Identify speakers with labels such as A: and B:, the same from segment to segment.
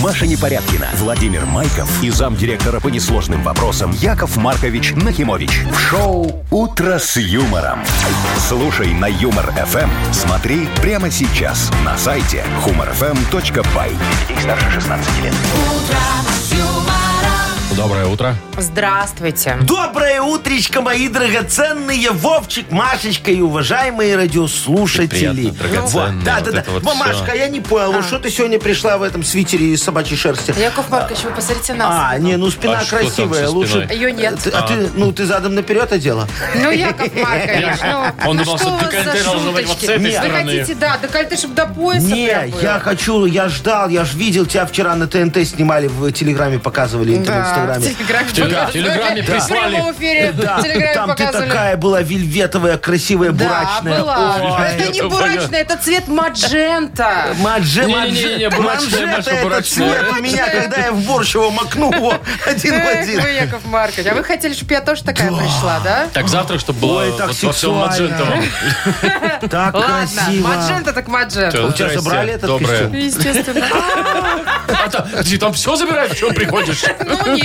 A: Маша Непорядкина, Владимир Майков и замдиректора по несложным вопросам Яков Маркович Нахимович. В шоу «Утро с юмором». Слушай на «Юмор-ФМ». Смотри прямо сейчас на сайте humorfm.by. Для детей старше 16 лет.
B: Доброе утро.
C: Здравствуйте.
D: Доброе утречко, мои драгоценные Вовчик, Машечка и уважаемые радиослушатели.
B: Приятно, драгоценные,
D: Вот, да,
B: вот
D: да, да.
B: это вот
D: Мамашка,
B: всё.
D: я не понял,
C: А.
D: что ты сегодня пришла в этом свитере из собачьей шерсти?
C: Яков Маркович, вы посмотрите
D: А,
C: на
D: не, ну
B: А
D: спина
B: что там со
D: красивая,
B: спиной?
D: лучше.
C: Ее нет.
D: Ты- А ты, ну, ты задом наперед одела?
C: Ну, Яков Маркович, ну,
B: Он
C: ну
B: думал,
C: что
B: что
C: у вас
B: декольте
C: за
B: должно быть вот
C: шуточки?
B: с этой
C: Вы
B: стороны.
C: хотите, да, декольте, чтобы до пояса
D: Не,
C: прям было?
D: я хочу, я ждал, я же видел, тебя вчера на ТНТ снимали, в Телеграме показывали, в
C: Да,
D: Инстаграме.
C: в Телеграме
B: В Телеграме
C: показывали.
B: прислали.
C: В прямом эфире в Телеграме
D: Там ты
C: показывали.
D: такая была вельветовая, красивая,
C: Да,
D: бурачная.
C: была.
D: Ой.
C: Это не
B: я
C: бурачная, это цвет маджента.
D: Мадже,
B: Не-не-не,
D: мадже,
B: бурачная,
D: манжета
B: Маша,
D: это
B: бурачная.
D: цвет у меня, когда я в борщ его макну, во, один в
C: Эх,
D: один.
C: вы, Яков Маркович, а вы хотели, чтобы я тоже такая пришла, да?
B: Так завтра, чтобы было
D: Ой,
B: вот
D: так
B: во всем
D: сексуально.
B: маджентовом.
D: Так
C: Ладно,
D: красиво.
C: маджента так маджента.
D: У тебя
B: Здрасте,
D: забрали этот
B: доброе.
D: костюм?
C: Естественно.
B: А та- ты там все забираешь, в чем приходишь?
C: Ну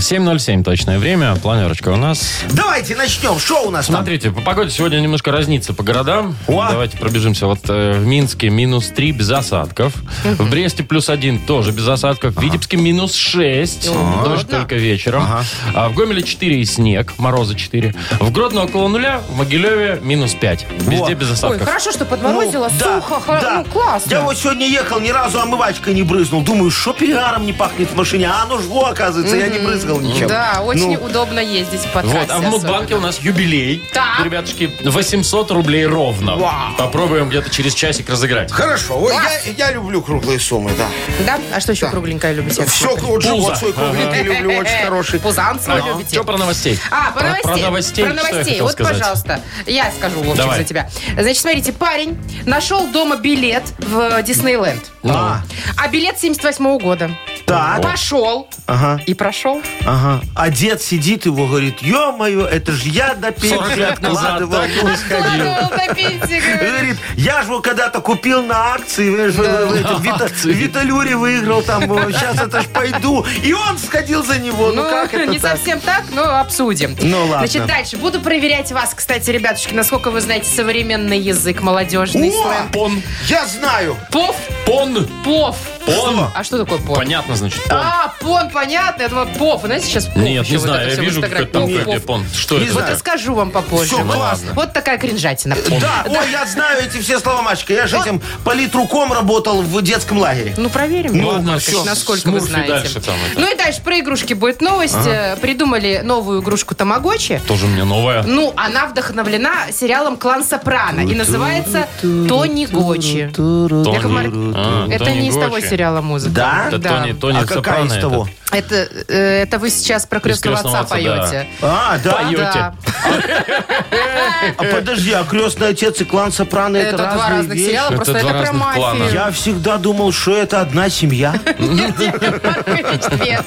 B: 7.07 точное время, планерочка у нас.
D: Давайте начнем. Что у нас там?
B: Смотрите, по погоде сегодня немножко разнится по городам.
D: О!
B: Давайте пробежимся. Вот э, в Минске минус 3 без осадков. В Бресте плюс 1 тоже без осадков. В Витебске минус 6. Дождь только вечером. А в Гомеле 4 и снег. Мороза 4. В Гродно около нуля. В Могилеве минус 5. Везде
D: Во.
B: без
C: Ой,
B: осадков.
C: хорошо, что
D: Ну,
C: подморозило,
D: да,
C: сухо, хо-
D: да.
C: ну классно.
D: Я вот сегодня ехал, ни разу омывачкой не брызнул. Думаю, что перегаром не пахнет в машине. А оно ж во, оказывается, я не брызгал ничем.
C: Да, очень
D: Ну,
C: удобно ездить по трассе.
B: Вот, а в Мудбанке у нас юбилей.
C: Так.
B: Ребятушки, 800 рублей ровно.
D: Вау.
B: Попробуем где-то через часик разыграть.
D: Хорошо, Ой, я, я люблю круглые суммы, да.
C: особенно. Да? А что еще кругленькое любите?
D: Все вот
B: Пузо.
D: живот свой кругленький люблю, очень хороший.
C: Пузан свой любите.
B: Что про новостей?
C: А, про,
B: Про новостей,
C: новостей. Про
B: что я
C: новостей.
B: хотел
C: вот,
B: сказать.
C: пожалуйста. Я скажу, в общем,
B: Давай.
C: за тебя. Значит, смотрите, парень нашел дома билет в Диснейленд.
D: А,
C: А билет 78 года.
D: так,
C: Пошел
D: ага,
C: и прошел.
D: ага. А дед сидит его, говорит, ё-моё, это ж я до пенсии
B: лет назад
D: откладывал.
B: так и не сходил.
C: Подумал, напиться, говорит.
D: Говорит, я же его когда-то купил на акции, я ж в этом Вита- Виталюре выиграл там, сейчас это ж пойду. И он сходил за него.
C: Ну,
D: Ну, как это
C: не
D: так?
C: совсем так, но обсудим.
D: Ну, ладно.
C: Значит, дальше. Буду проверять вас, кстати, ребятушки, насколько вы знаете современный язык, молодежный
D: О!
C: сленг.
B: Пон.
D: Я знаю.
C: Пов,
B: Пон.
C: пов.
B: Пон.
C: А что такое пов?
B: Понятно, значит, пон.
C: А, пон, понятно. Я думала, пов. Вы знаете, сейчас пов
B: Нет,
C: еще
B: не
C: вот это
B: знаю, я
C: всё в
B: вижу,
C: Инстаграме.
B: какой там
C: Пов, пов.
B: какой-то пон. Что
D: Не
B: это?
C: Вот
D: знаю.
C: расскажу вам попозже.
D: Всё,
C: Вот-
D: классно.
C: Вот такая кринжатина.
D: Да, ой, я знаю эти все слова, Машечка. Я же этим политруком работал в детском лагере.
C: Ну, проверим.
B: Ну,
C: Яков
B: ладно,
C: Маркович,
B: всё,
C: насколько вы
B: смурфи
C: знаете.
B: дальше там это.
C: Ну и дальше про игрушки будет новость. Э, Придумали новую игрушку Тамагочи.
B: Тоже мне новая.
C: Ну, она вдохновлена сериалом «Клан Сопрано» и называется «Тони Гочи». Яков Марк-
B: А,
C: Это
B: Тони
C: не из
B: Гочи.
C: того сериала музыка.
D: Да?
B: Это Тони, Тони
D: А какая
B: Сопрано
D: из
B: это.
D: того?
C: Это, э, это вы сейчас про крестного отца
B: «Крестного отца»,
C: поете.
D: А, да.
B: Поёте.
C: Да.
D: А подожди, а крестный отец и клан Сопрано это,
C: Это два
D: разные
C: разных
D: вещи?
C: сериала,
B: Это
C: просто
B: два
C: это про
B: разных
C: мафию.
B: клана.
D: Я всегда думал, что это одна семья.
C: Нет, Яков Маркович, нет.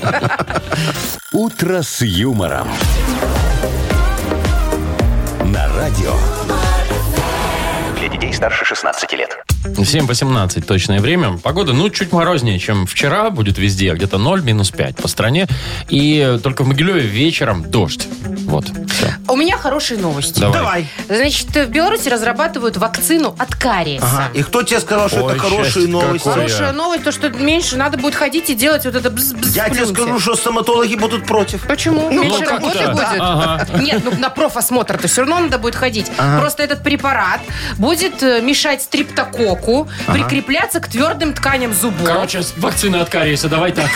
A: «Утро с юмором». На радио.
E: Для детей старше 16 лет.
B: 7.18 точное время. Погода, ну, чуть морознее, чем вчера. Будет везде а где-то 0, минус 5 по стране. И э, только в Могилеве вечером дождь. Вот, все.
C: У меня хорошие новости.
B: Давай.
D: Давай.
C: Значит, в Беларуси разрабатывают вакцину от кариеса.
D: Ага. И кто тебе сказал, что
B: Ой,
D: это хорошие
B: счастье
D: новости?
B: какое.
C: Хорошая новость, то, что меньше надо будет ходить и делать вот это бз-бз
D: Я тебе
C: плюньте.
D: скажу, что стоматологи будут против.
C: Почему? меньше
B: как
C: работы
B: так?
C: будет?
B: Ну, Ага.
C: Нет, ну на профосмотр-то все равно надо будет ходить. Просто этот препарат будет э, мешать стриптококу прикрепляться к твердым тканям зубов.
B: Короче, с- вакцина от кариеса, давай так.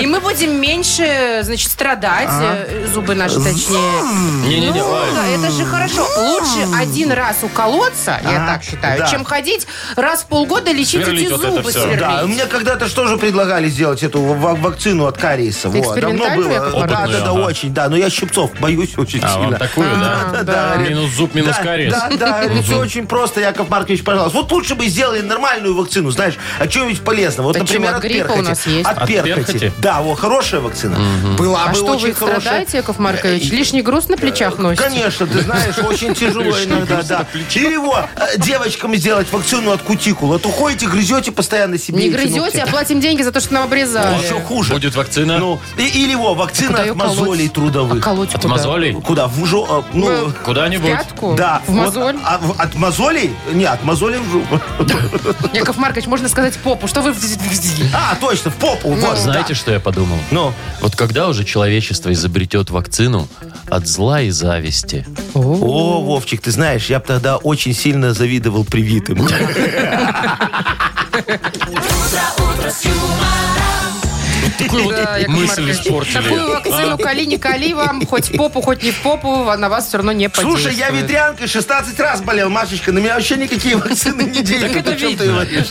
C: И мы будем меньше, значит, страдать, э, зубы наши точнее.
B: Не-не-не,
C: Ну,
B: Вась.
C: да, это же хорошо. Лучше один раз уколоться, я
D: А,
C: так считаю,
D: да.
C: чем ходить раз в полгода лечить
B: Сверлить
C: эти
B: вот это
C: зубы
B: всё.
C: сверлить.
D: Да, мне когда-то же тоже предлагали сделать эту ва- вакцину от кариеса. Вот, давно
C: Экспериментальную,
D: было.
C: Яков
D: Да, да,
B: Маркович?
D: да,
B: Опытную,
D: очень, да. Но я щипцов боюсь очень
B: А,
D: сильно.
B: вам такую, да?
D: Да, да,
B: Минус зуб, минус
D: да,
B: кариес.
D: Да, да, все очень просто, Яков Маркович, пожалуйста. Вот лучше бы сделали нормальную вакцину, знаешь, от чего-нибудь полезного. Вот,
C: Да А чего,
D: например,
C: от
D: от
C: гриппа
D: перхоти.
C: у нас есть.
D: От
B: От перхоти?
D: перхоти. Да, вот хорошая вакцина. Была
C: А
D: бы
C: что вы
D: очень хорошая.
C: страдаете, Яков Маркович? Лишний груз на плечах
B: Э,
C: носите?
D: Конечно, ты знаешь, очень тяжело иногда, да. Или вот э, девочкам сделать вакцину от кутикул. От уходите, грызете постоянно себе.
C: Не
D: эти ногти.
C: грызете, а платим деньги за то, что нам обрезали.
D: Еще А хуже.
B: Будет вакцина?
D: Ну, и- или во, вакцина
C: Куда её
D: от мозолей
C: колоть?
D: трудовых.
C: А колоть
B: От
C: куда?
B: мозолей?
D: Куда? В жо... э, Ну,
C: В
B: Куда-нибудь?
C: пятку?
D: да.
C: В
D: Вот,
C: мозоль?
D: а в- от мозолей? Не, от мозолей в жопу.
C: Яков Маркович, можно сказать попу. Что вы...
D: А, точно, в
C: Ну,
D: попу. вот,
B: Знаете, что я подумал?
D: Ну.
B: Вот когда уже человечество изобретет вакцину от зла и зависти?
D: О, Вовчик, ты знаешь, я бы тогда очень сильно завидовал
C: Ну,
D: привитым.
B: Такую вот
C: Да, Яков
B: мысль
C: Маркович. Такую
B: испортили. А.
C: вакцину кали, не кали вам, хоть в попу, хоть не в попу, а на вас все равно не подействует.
D: Слушай, я ветрянкой 16 раз болел, Машечка, на меня вообще никакие вакцины не
C: Так
D: действуют.
C: это
D: О чем ты
C: видно.
D: говоришь?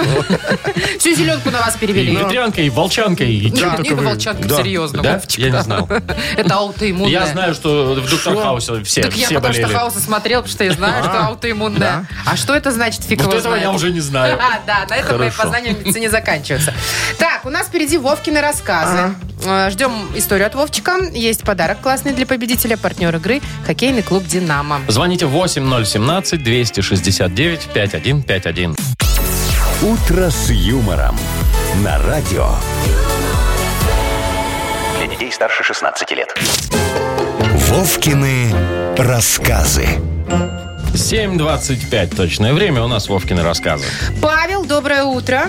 C: Всю зеленку на вас
B: И
C: перевели.
B: ветрянкой, и волчанкой. и чем
C: Да,
B: только
C: Ника
B: вы-
C: Волчанка,
D: Да.
C: серьезно,
B: Да?
C: Вовчик.
B: Я не знал.
C: Это аутоиммунная.
B: Я знаю, что в Доктор Хаусе все,
C: Так я
B: все
C: потому что
B: болели.
C: хаоса смотрел, потому что я знаю, что аутоиммунная. А что это значит, фиг
B: Вот
C: его
B: этого
C: знает.
B: я уже не знаю.
C: А, да, на этом мои познания в медицине заканчиваются. Так, у нас впереди Вовкины рассказы. Э, Ждем историю от Вовчика. Есть подарок классный для победителя, партнер игры, хоккейный клуб «Динамо».
B: Звоните 8017-269-5151.
A: «Утро с юмором» на радио.
E: Для детей старше 16 лет.
A: Вовкины рассказы.
B: 7.25 точное время. У нас Вовкины рассказы.
C: Павел, доброе утро.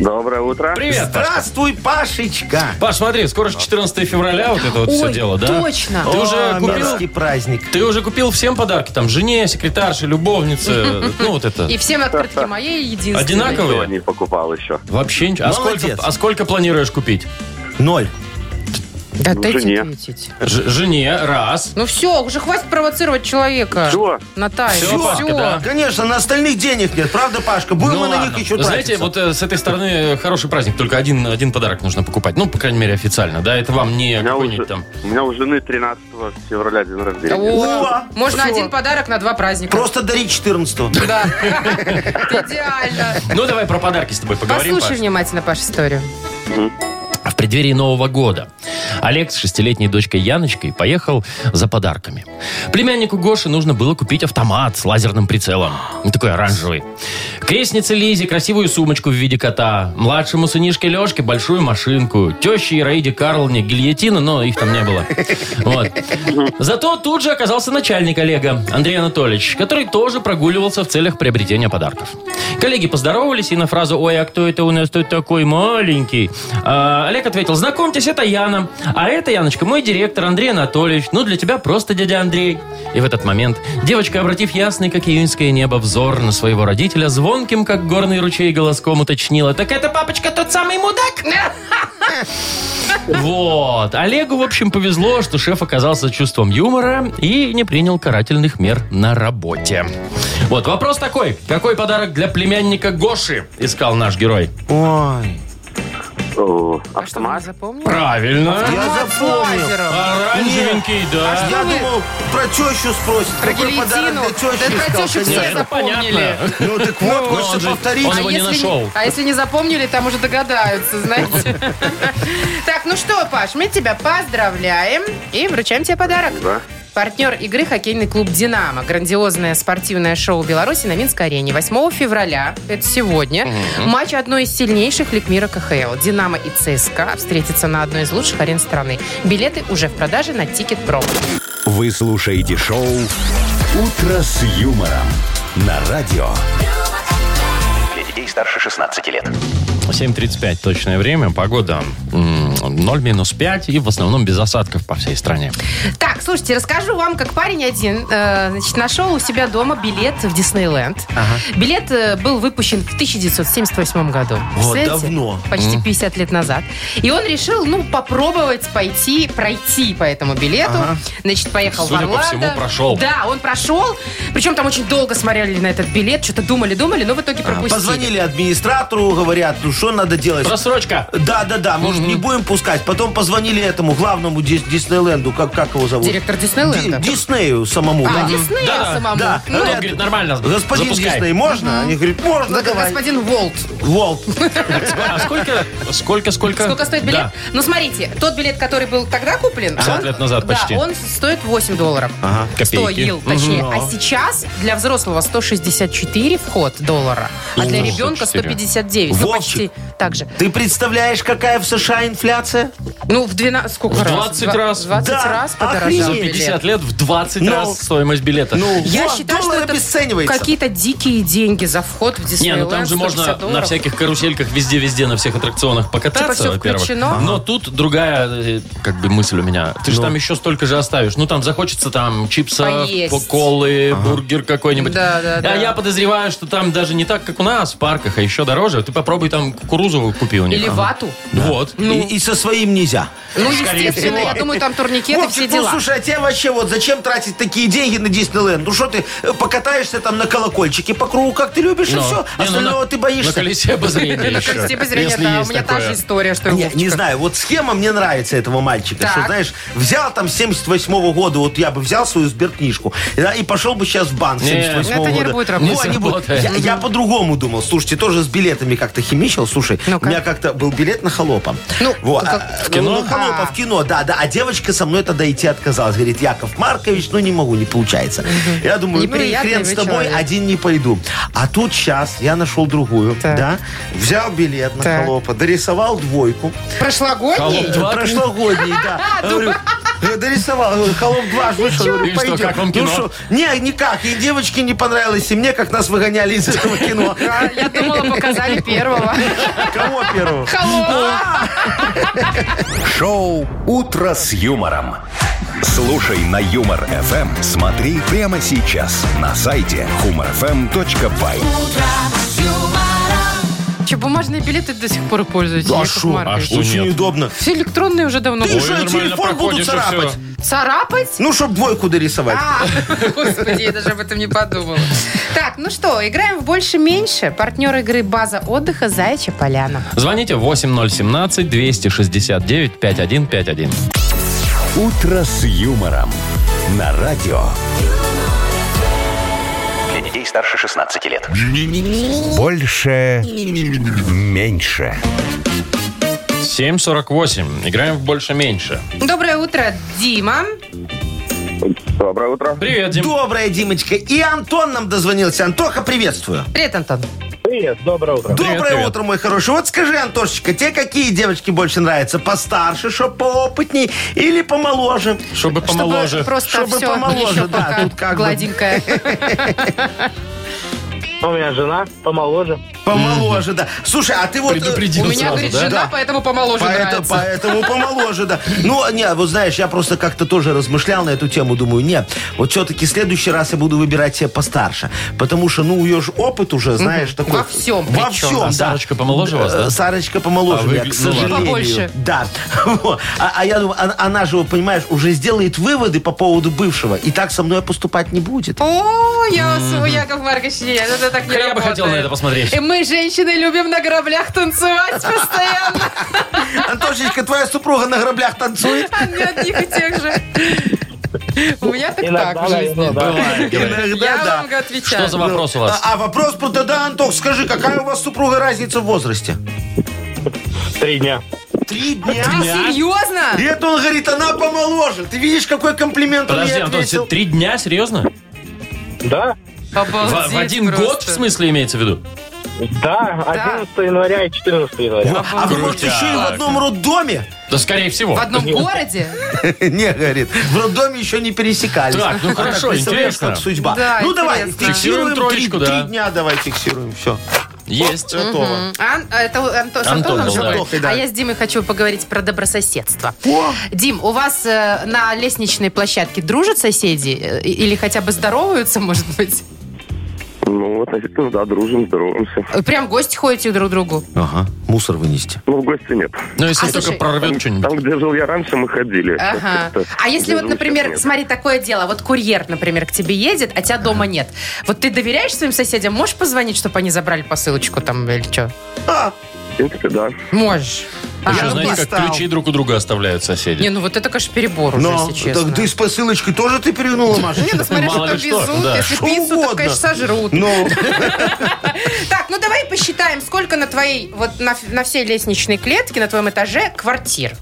F: Доброе утро.
B: Привет, Паш.
D: Здравствуй, Пашечка.
B: Паш, смотри, скоро же 14 февраля вот это вот все
C: Ой,
B: дело, да?
C: точно.
B: Ты уже
D: О, мерзкий
B: купил...
D: праздник.
B: Ты уже купил всем подарки? Там жене, секретарше, любовнице, ну вот это.
C: И всем открытки моей единственной.
F: Ничего
B: Одинаковые?
F: не покупал еще.
B: Вообще ничего. А
D: Молодец.
B: сколько, а сколько планируешь купить?
D: Ноль.
C: Да дайте
F: жене.
C: ответить.
B: Ж- жене, раз.
C: Ну все, уже хватит провоцировать человека.
F: Чего?
C: Наталья,
B: Всё, Пашка, да.
D: Конечно, на остальных денег нет, правда, Пашка? Будем
B: А. Ну
D: мы на
B: ладно.
D: них еще
B: Знаете,
D: тратиться.
B: вот э, с этой стороны э, хороший праздник. Только один, один подарок нужно покупать. Ну, по крайней мере, официально. Да, это вам не
F: У меня, у,
B: какой-нибудь
F: же-
B: там...
F: у меня у жены 13 февраля день рождения.
C: О,
D: О,
C: можно
D: всё.
C: один подарок на два праздника.
D: Просто дари 14
C: Да. Идеально.
B: Ну, давай про подарки с тобой поговорим,
C: Послушай
B: Паш. А
C: внимательно, Паш, историю.
B: В преддверии Нового года Олег с шестилетней дочкой Яночкой поехал за подарками. Племяннику Гоше нужно было купить автомат с лазерным прицелом. Ну, Такой оранжевый. Крестнице Лизе красивую сумочку в виде кота. Младшему сынишке Лешке большую машинку. Теще Ираиде Карловне гильотина, но их там не было. Вот. Зато тут же оказался начальник Олега, Андрей Анатольевич, который тоже прогуливался в целях приобретения подарков. Коллеги поздоровались и на фразу «Ой, а кто это у нас тут такой маленький?» а, Олег ответил «Знакомьтесь, это Яна. А это, Яночка, мой директор Андрей Анатольевич. Ну, для тебя просто дядя Андрей». И в этот момент девочка, обратив ясный, как июньское небо, взор на своего родителя, звонким, как горный ручей, голоском уточнила «Так это папочка тот самый мудак?» Вот. Олегу, в общем, повезло, что шеф оказался чувством юмора и не принял карательных мер на работе. Вот вопрос такой. Какой подарок для племянника Гоши искал наш герой?
D: Ой,
F: О,
C: А что, вы не
F: автомат.
C: запомнили?
B: Правильно.
D: я запомнил.
B: А, Оранжевенький, да. А
D: Я
C: вы?
D: думал, про тещу спросит.
C: Про
D: Какой подарок
C: гильотину.
D: для
C: Да
D: тещи
C: про
D: искал,
C: тещу
D: конечно.
C: все
B: конечно.
C: запомнили.
B: Понятно.
D: Ну так вот,
B: Ну, он
D: хочется
B: же-
D: повторить.
B: он же его не
C: если
B: нашел.
C: а если не запомнили, там уже догадаются, знаете. Так, ну что, Паш, мы тебя поздравляем и вручаем тебе подарок.
F: Да.
C: Партнер игры хоккейный клуб «Динамо». Грандиозное спортивное шоу Беларуси на Минской арене. 8 февраля, это сегодня, матч одной из сильнейших лиг мира КХЛ. «Динамо» и «ЦСКА» встретятся на одной из лучших арен страны. Билеты уже в продаже на «Тикет.Про».
A: Вы слушаете шоу «Утро с юмором» на радио.
E: Для детей старше 16 лет.
B: 7.35 точное время. Погода 0 минус 5 и в основном без осадков по всей стране.
C: Так, слушайте, расскажу вам, как парень один э, значит, нашел у себя дома билет в Диснейленд. Билет э, был выпущен в 1978 году.
D: Вот
C: Представляете?
D: давно.
C: Почти 50 лет назад. И он решил, ну, попробовать пойти, пройти по этому билету. Значит, поехал
B: Судя
C: в
B: по
C: Орландо.
B: всему, прошел.
C: Да, он прошел. Причем там очень долго смотрели на этот билет, что-то думали-думали, но в
B: А,
C: итоге пропустили.
D: Позвонили администратору, говорят, ну что надо делать?
B: Просрочка.
D: Да, да, да, может, не будем выпускать. Потом позвонили этому главному Дис- Диснейленду, как, как его зовут?
C: Директор Диснейленда?
D: Ди- Диснею самому,
C: А,
D: да.
C: Диснею
B: Да,
C: самому.
D: Да.
C: Ну,
B: Он
D: Говорят,
B: говорит, нормально,
D: Господин
B: запускай.
D: Дисней, можно? Они говорят, можно,
C: вот
D: давай.
C: господин Волт.
D: Волт.
B: А сколько, сколько, сколько?
C: Сколько стоит билет?
B: Да.
C: Ну, смотрите, тот билет, который был тогда куплен...
B: 50
C: он-
B: лет назад
C: да,
B: почти.
C: он стоит 8 долларов.
D: Ага.
B: Копейки.
C: Стоил, точнее. А сейчас для взрослого 164 вход доллара, а для
B: О,
C: ребенка
B: 104.
C: 159. Ну, почти
D: Вовчик.
C: так же.
D: Ты представляешь, какая в США инфляция?
C: Ну, в 12... Сколько
B: В
C: раз?
B: 20
C: Два-
B: раз.
C: 20
D: Да,
C: раз
D: охренеть.
B: За
C: подорожал
B: 50 лет в 20
D: Ну.
B: раз стоимость билета.
C: Я
D: вот,
C: считаю, что
D: Ну, доллар
C: это
D: обесценивается.
C: какие-то дикие деньги за вход в
B: Не,
C: Диснейленд.
B: ну там же
C: 150
B: можно на
C: долларов.
B: всяких карусельках везде-везде на всех аттракционах покататься,
C: Типа всё
B: во-первых.
C: включено?
B: Но тут другая, э, как бы, мысль у меня. Ты же там еще столько же оставишь. Ну, там захочется там чипса,
C: Поесть.
B: по- колы, бургер какой-нибудь. А
C: Да, да, да.
B: я подозреваю, что там даже не так, как у нас в парках, а еще дороже. Ты попробуй там кукурузовую купи у них.
C: Или Ну, вату.
B: Вот.
D: И, и со своим нельзя.
C: Ну,
B: Скорее
C: естественно,
B: всего.
C: я думаю, там турникеты,
D: Вовчик,
C: все
D: Ну,
C: дела.
D: слушай, а тебе вообще вот зачем тратить такие деньги на Диснейленд? Ну, что ты э, покатаешься там на колокольчике по кругу, как ты любишь, и
B: Но.
C: А
D: все.
B: Не, ну,
D: Остального
B: на-
D: ты
B: На
D: боишься.
B: колесе обозрения еще.
C: Прости, Безренья,
B: если
C: да, у
B: есть
C: меня та
B: такое.
C: же история, что и у
D: Не, не
C: Вовчика.
D: знаю, вот схема мне нравится этого мальчика.
C: Так.
D: Что, знаешь, взял там 78 года, вот я бы взял свою сберкнижку, да, и пошел бы сейчас в банк
B: Не,
D: 78
C: это не
D: года.
C: будет работать.
D: Во,
B: Не
D: не будет.
B: сработает.
D: Я, я по-другому думал. Слушайте, тоже с билетами как-то химичил. Слушай,
C: Ну-ка.
D: у меня как-то был билет на холопа.
C: Ну,
D: вот,
C: как-
D: а,
C: в
D: ну,
B: кино?
D: на холопа, в кино, да, да. А девочка со мной тогда идти отказалась. Говорит, Яков Маркович, ну не могу, не получается. Я думаю, ну и
C: Неприятный
D: хрен
C: вы
D: с тобой,
C: человек.
D: один не пойду. А тут сейчас я нашел другую,
C: Так.
D: да, взял билет на
C: Так.
D: холопа, дорисовал двойку. Э,
C: Прошлогодний?
B: Холоп. Два, три.
D: Прошлогодний, да. Говорю, э, Дорисовал. Говорю, Холоп 2 ж вышел. Говорю,
B: И что,
D: пойдем.
B: как вам
D: Ну
B: кино?
D: что, не, никак. И девочке не понравилось, и мне, как нас выгоняли из этого кино.
C: А, Я думала, показали первого.
D: Кого первого?
C: Холоп.
A: Шоу «Утро с юмором». Слушай на Юмор ФМ. Смотри прямо сейчас на сайте humorfm.by.
C: А? Че, бумажные билеты до сих пор пользуетесь,
D: Да
C: Яков
D: шо?
C: Маркович?
B: А шо?
D: Очень
B: нет.
D: удобно.
C: Все электронные уже давно.
D: Ты
C: были.
D: что,
B: нормально
D: телефон буду
B: проходишь, и
D: царапать?
B: всё.
C: Царапать?
D: Ну, чтоб двойку дорисовать.
C: А, господи, я даже об этом не подумала. Так, ну что, играем в «Больше-меньше». Партнер игры «База отдыха» «Заячья поляна».
B: Звоните 8017-269-5151.
A: «Утро с юмором» на радио.
E: Для детей старше 16 лет.
A: Больше. Меньше.
B: 7.48. Играем в больше-меньше.
C: Доброе утро, Дима.
F: Доброе утро.
B: Привет, Дим.
D: Доброе, Димочка. И Антон нам дозвонился. Антоха, приветствую.
C: Привет, Антон.
D: Доброе
B: привет.
D: утро, мой хороший. Вот скажи, Антошечка, тебе какие девочки больше нравятся? Постарше, чтоб поопытней или помоложе?
B: Чтобы помоложе.
C: Чтобы просто
D: Чтобы
C: все
D: помоложе,
C: еще
D: да,
C: пока
D: тут как бы.
C: гладенькое.
G: У меня жена помоложе.
D: Помоложе, да. Слушай, а ты вот... э,
B: Предупредил
C: У меня,
B: сразу,
C: говорит,
B: да?
C: жена,
D: Да.
C: поэтому помоложе
D: Поэтому,
C: нравится.
D: поэтому помоложе, да. Ну, не, вот знаешь, я просто как-то тоже размышлял на эту тему, думаю, нет, вот все-таки в следующий раз я буду выбирать себе постарше, потому что, ну, у ее же опыт уже, знаешь, такой...
C: Во всем
D: Во
C: причем.
D: всем,
B: А
D: да.
B: Сарочка помоложе вас, да?
D: Э, Сарочка помоложе
B: А вы-
D: меня, к
B: ну ладно.
D: сожалению.
C: Побольше.
D: Да. Вот. А, а я думаю, она, она же, вот, понимаешь, уже сделает выводы по поводу бывшего, и так со мной поступать не будет.
C: О, я вас, ой, Яков Маркович, нет, это так не
B: Я бы
C: работает.
B: хотел на это посмотреть.
C: И мы, женщины, любим на граблях танцевать постоянно.
D: Антошечка, твоя супруга на граблях танцует?
C: Одни одних и тех же. У меня так так в жизни.
B: Бывает, говорит.
D: Иногда,
C: Я
D: да.
C: вам отвечаю.
B: Что за вопрос у вас?
D: А, а вопрос про да-да, Антох, скажи, какая у вас супруга разница в возрасте?
G: Три дня.
D: Три дня?
C: А, серьезно?
D: И это он говорит, она помоложе. Ты видишь, какой комплимент
B: Подожди,
D: он ей
B: Антон,
D: ответил?
B: тебе три дня? Серьезно?
G: Да?
B: В,
C: Обалдеть
B: в один
C: просто.
B: год, в смысле, имеется в виду?
G: Да, 11 января и 14 января.
D: А вы, может,
B: Крутяк.
D: еще и в одном роддоме?
B: Да, скорее всего.
C: В одном городе?
D: Не, говорит, в роддоме еще не пересекались.
B: Так, ну
D: А
B: хорошо,
D: представляешь,
B: интересно.
D: как судьба.
C: Да,
D: ну давай,
C: интересно.
B: Фиксируем
D: фиксируем три,
B: троечку, да.
D: три дня, давай фиксируем, все.
B: Есть.
D: Готово.
C: А, это у Анто- с Антоном
B: Антоном, да.
C: же вы?
D: Антохой, да.
C: А я с Димой хочу поговорить про добрососедство. Дим, у вас э, на лестничной площадке дружат соседи? Э, Или хотя бы здороваются, может быть?
F: Ну, вот, относительно, да, дружим, здороваемся.
C: Э, Прям гости ходите друг к другу?
D: Ага, мусор вынести.
F: Ну, в гости нет.
B: Ну, если
C: А,
B: только
C: слушай,
B: прорвет что-нибудь.
F: Там, где жил я раньше, мы ходили.
C: Ага. А если вот, например, смотри, такое дело, вот курьер, например, к тебе едет, а тебя дома нет. Вот ты доверяешь своим соседям, можешь позвонить, чтобы они забрали посылочку там или что?
D: А,
F: принципе, да.
C: Можешь. А,
B: Еще
C: ну,
B: знаете, как
D: достал.
B: ключи друг у друга оставляют соседи.
C: Не, ну вот это, конечно, перебор уже,
D: Но
C: если честно.
D: Ну, так ты с посылочкой тоже ты перевернула, Маша?
C: Не, ну смотри,
B: Мало
C: что
B: ли что,
C: везут,
B: да.
C: если
D: Что
C: пиццу, то,
D: угодно.
C: конечно, сожрут.
D: Ну,
C: Так, ну давай посчитаем, сколько на твоей, вот на, на всей лестничной клетке, на твоем этаже квартир.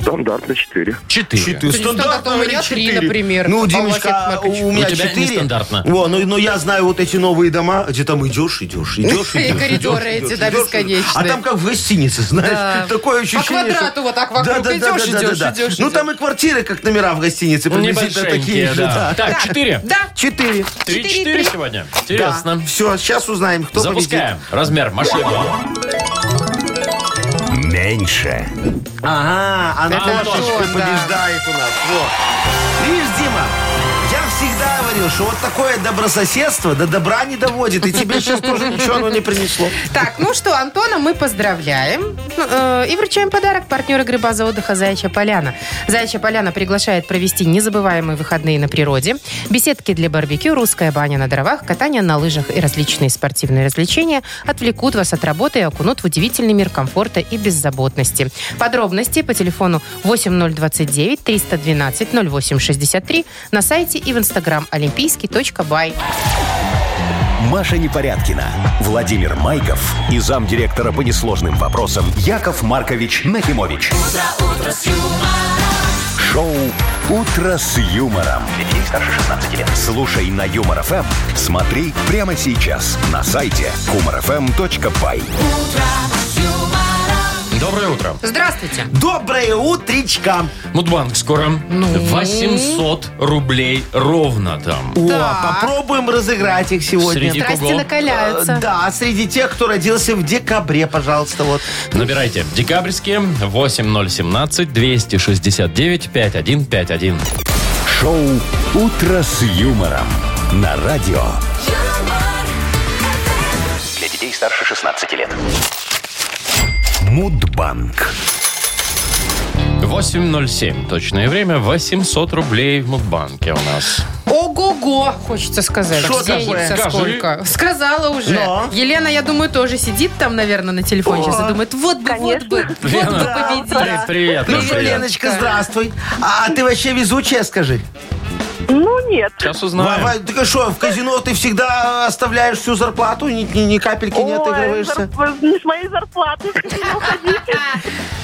F: Стандартно 4.
B: Четыре.
D: четыре.
C: есть стандартно у меня три,
D: четыре?
C: например, А Павла
D: Ну, Димочка,
C: Осипакович.
D: у меня
B: У тебя
D: четыре.
B: нестандартно.
D: Во, ну, но я знаю вот эти новые дома, где там идешь, идешь, идешь,
C: И
D: идешь.
C: коридоры
D: идешь,
C: эти,
D: идешь,
C: да,
D: идешь.
C: бесконечные.
D: А там как в гостинице,
C: Да.
D: знаешь, такое
C: По
D: ощущение, что-
C: квадрату вот так вокруг
D: Да-да-да-да-да-да.
C: идешь, идешь, идешь,
D: Ну,
C: идешь.
D: там и квартиры, как номера в гостинице, приблизительно такие
B: Ну, Небольшенькие,
D: же,
B: да.
D: да.
B: Так,
C: Так,
B: четыре.
C: Да.
D: А, Четыре.
B: Три-четыре
C: Четыре-три.
B: сегодня. Интересно.
D: Все, сейчас узнаем, кто победит.
B: Запускаем. Размер машины.
A: Меньше.
D: Ага, Антошечка
C: Антон, да.
D: побеждает у нас. Вот. Видишь, Дима, я всегда говорил, что вот такое добрососедство до добра не доводит. И тебе сейчас тоже ничего оно не принесло.
C: Так, ну что, Антона мы поздравляем э, и вручаем подарок партнер игры база отдыха «Заячья поляна». «Заячья поляна» приглашает провести незабываемые выходные на природе, беседки для барбекю, русская баня на дровах, катание на лыжах и различные спортивные развлечения отвлекут вас от работы и окунут в удивительный мир комфорта и беззаботности. Подробности по телефону 8029 312 0863 на сайте и в инстаграм олимпийский.бай.
A: Маша Непорядкина, Владимир Майков и замдиректора по несложным вопросам Яков Маркович Нахимович. Шоу Утро с юмором. Детей старше 16 лет. Слушай на юмор ФМ. Смотри прямо сейчас на сайте humorfm.by.
B: Доброе утро.
C: Здравствуйте.
D: Доброе утречко.
B: Мудбанк скоро. 800 рублей ровно там.
D: О, попробуем разыграть их сегодня.
B: Среди- И
C: Страсти
B: кого?
D: Э,
C: накаляются.
D: Да, среди тех, кто родился в декабре, пожалуйста, вот.
B: Набирайте. Декабрьские 8017 269 5151.
A: Шоу Утро с юмором. На радио.
E: Для детей старше 16 лет.
A: Мудбанк.
B: 8.07. Точное время. 800 рублей в Мудбанке у нас.
C: Ого-го, хочется сказать.
D: Что
C: Денег
D: такое?
C: со
B: Скажи.
C: сколько? Сказала уже.
D: Но.
C: Елена, я думаю, тоже сидит там, наверное, на телефоне сейчас и думает, вот бы, вот бы, вот бы
B: Лена,
C: победить.
B: при- привет.
D: Ну
B: привет.
D: что, Леночка, здравствуй. А ты вообще везучая, скажи?
H: Ну, нет.
B: Сейчас
D: Вова,
B: узнаем.
D: Ты что, в казино ты всегда оставляешь всю зарплату, ни, ни- ни капельки не
H: Ой,
D: отыгрываешься?
H: зарп- Не с моей зарплаты. Не уходите.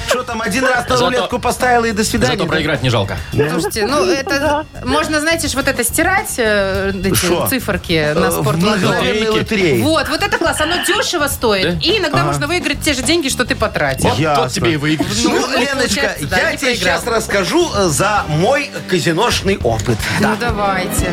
D: Что там, один раз на
B: Зато-
D: рулетку поставила и до свидания?
B: Зато
D: да?
B: проиграть не жалко.
C: Слушайте, ну это можно, знаете, ж вот это стирать, э, эти
D: Шо?
C: циферки на
D: Э, в
C: спорт.
D: многомиллионной
B: лотерейке.
D: лотерее.
C: Вот, вот это класс, оно дешево
B: Да?
C: стоит. И иногда можно выиграть те же деньги, что ты потратил.
B: Вот
D: Ясно.
B: тот тебе и выигрыш.
D: Ну,
C: ну,
D: Леночка,
C: получается, да,
D: я
C: не
D: тебе
C: проиграл.
D: сейчас расскажу э, за мой казиношный опыт.
C: Ну давайте.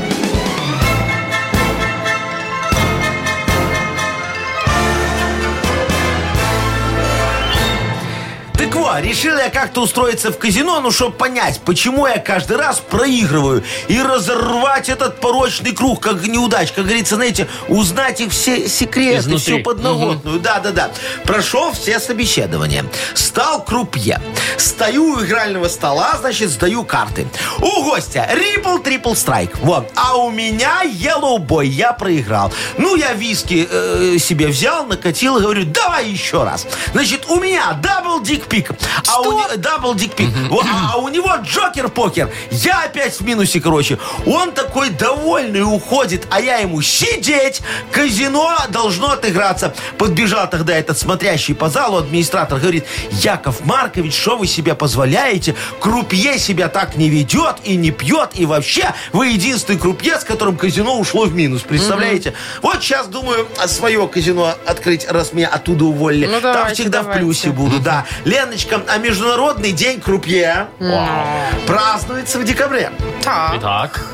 D: Так вот, решил я как-то устроиться в казино, ну, чтобы понять, почему я каждый раз проигрываю. И разорвать этот порочный круг, как неудач. Как говорится, знаете, узнать их все секреты,
B: Изнутри.
D: всю подноготную. Да-да-да. Прошел все собеседования. Стал крупье. Стою у игрального стола, значит, сдаю карты. У гостя рипл трипл страйк. Вот. А у меня yellow бой. Я проиграл. Ну, я виски э, себе взял, накатил и говорю, давай еще раз. Значит, у меня дабл дикпик. А у не- дабл дикпик. Во, А а у него джокер-покер. Я опять в минусе, короче. Он такой довольный уходит, а я ему сидеть. Казино должно отыграться. Подбежал тогда этот смотрящий по залу администратор. Говорит, Яков Маркович, что вы себе позволяете? Крупье себя так не ведет и не пьет. И вообще, вы единственный крупье, с которым казино ушло в минус. Представляете? Вот сейчас думаю а, свое казино открыть, раз меня оттуда уволили.
C: Ну,
D: Там
C: давайте,
D: всегда в
C: давайте.
D: плюсе буду, да. Леночка, а Международный день крупье празднуется в декабре.
C: Так.
B: Итак,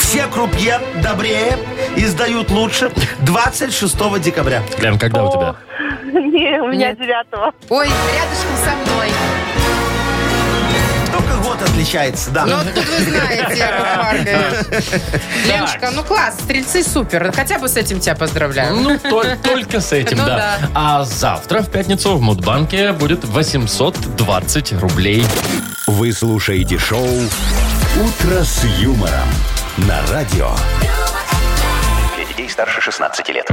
D: Все крупье добрее и сдают лучше 26 декабря.
B: Лен, когда у тебя?
H: Не, у меня
C: Нет.
H: девятого.
C: Ой, рядышком со мной.
D: Только год отличается, да.
C: Ну, вот тут вы знаете, Яков Маркович. Леночка, ну класс, стрельцы супер. Хотя бы с этим тебя поздравляю.
B: Ну, тол- только с этим,
C: Ну
B: да.
C: да.
B: А завтра, в пятницу, в Мудбанке будет 820 рублей.
A: Вы слушаете шоу Утро с юмором. На радио.
E: Для детей старше 16 лет.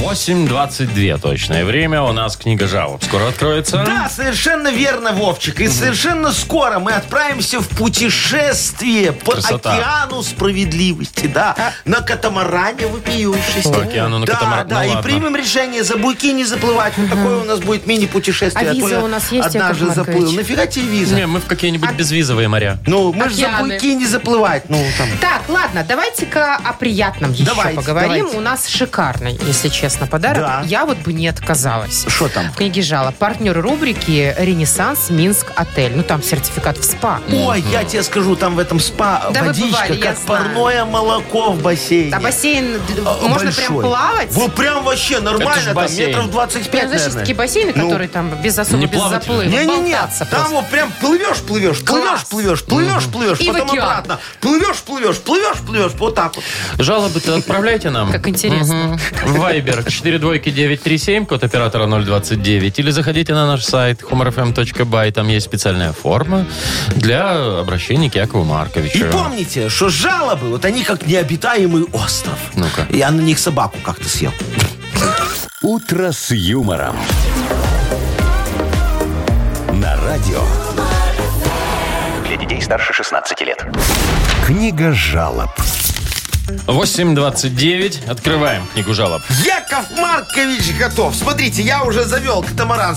B: 8.22 точное время. У нас книга жалоб скоро откроется.
D: Да, совершенно верно, Вовчик. И совершенно скоро мы отправимся в путешествие по
B: Красота. А.
D: океану справедливости, да. На катамаране вопиющейся.
B: По океану на
D: да,
B: катамаране.
D: Да,
B: Ну,
D: и
B: ладно.
D: примем решение за буйки не заплывать. Вот такое у нас будет мини-путешествие.
C: А
D: то
C: виза
D: я
C: у нас есть,
D: Однажды
C: Яков Маркович?
D: заплыл. Нафига тебе виза?
B: Не, мы в какие-нибудь безвизовые моря.
D: Ну, мы же за
C: Океаны.
D: буйки не заплывать. Ну, там,
C: Так, ладно, давайте-ка о приятном еще
D: Давайте,
C: поговорим.
D: давайте.
C: У нас шикарный, если честно, подарок.
D: Да.
C: Я вот бы не отказалась.
D: что там?
C: В книге жалоб. Партнер рубрики «Ренессанс Минск Отель». Ну, там сертификат в СПА. А
D: Ой, я тебе скажу, там в этом спа
C: Да вы
D: водичка,
C: бывали, я
D: как
C: знаю.
D: парное молоко в бассейне.
C: А бассейн, д-
D: А,
C: можно прям
D: большой.
C: плавать?
D: Вот прям вообще
B: Это ж
D: нормально, там
B: бассейн.
D: метров 25,
C: Прям, знаешь, есть
D: наверное.
C: такие бассейны,
D: Ну.
C: которые там без особо,
B: Не
C: без
B: плавать.
C: заплыва.
D: Не-не-не,
C: болтаться
D: там
C: просто.
D: вот прям плывешь, плывешь,
C: Класс.
D: плывешь, плывешь, плывешь, плывешь,
C: И в
D: потом
C: океан.
D: обратно. Плывешь, плывешь, плывешь, плывешь, вот так вот.
B: Жалобы-то отправляйте нам.
C: Как интересно.
B: Вайбер 42937, код оператора 029. Или заходите на наш сайт humorfm.by. Там есть специальная форма для обращения к Якову
D: И
B: Марковичу.
D: помните, что жалобы, вот они как необитаемый остров.
B: Ну-ка.
D: Я на них собаку как-то съел.
A: «Утро с юмором». На радио.
E: Для детей старше 16 лет.
A: Книга жалоб.
B: 8.29. Открываем книгу жалоб.
D: Яков Маркович готов. Смотрите, я уже завел катамаран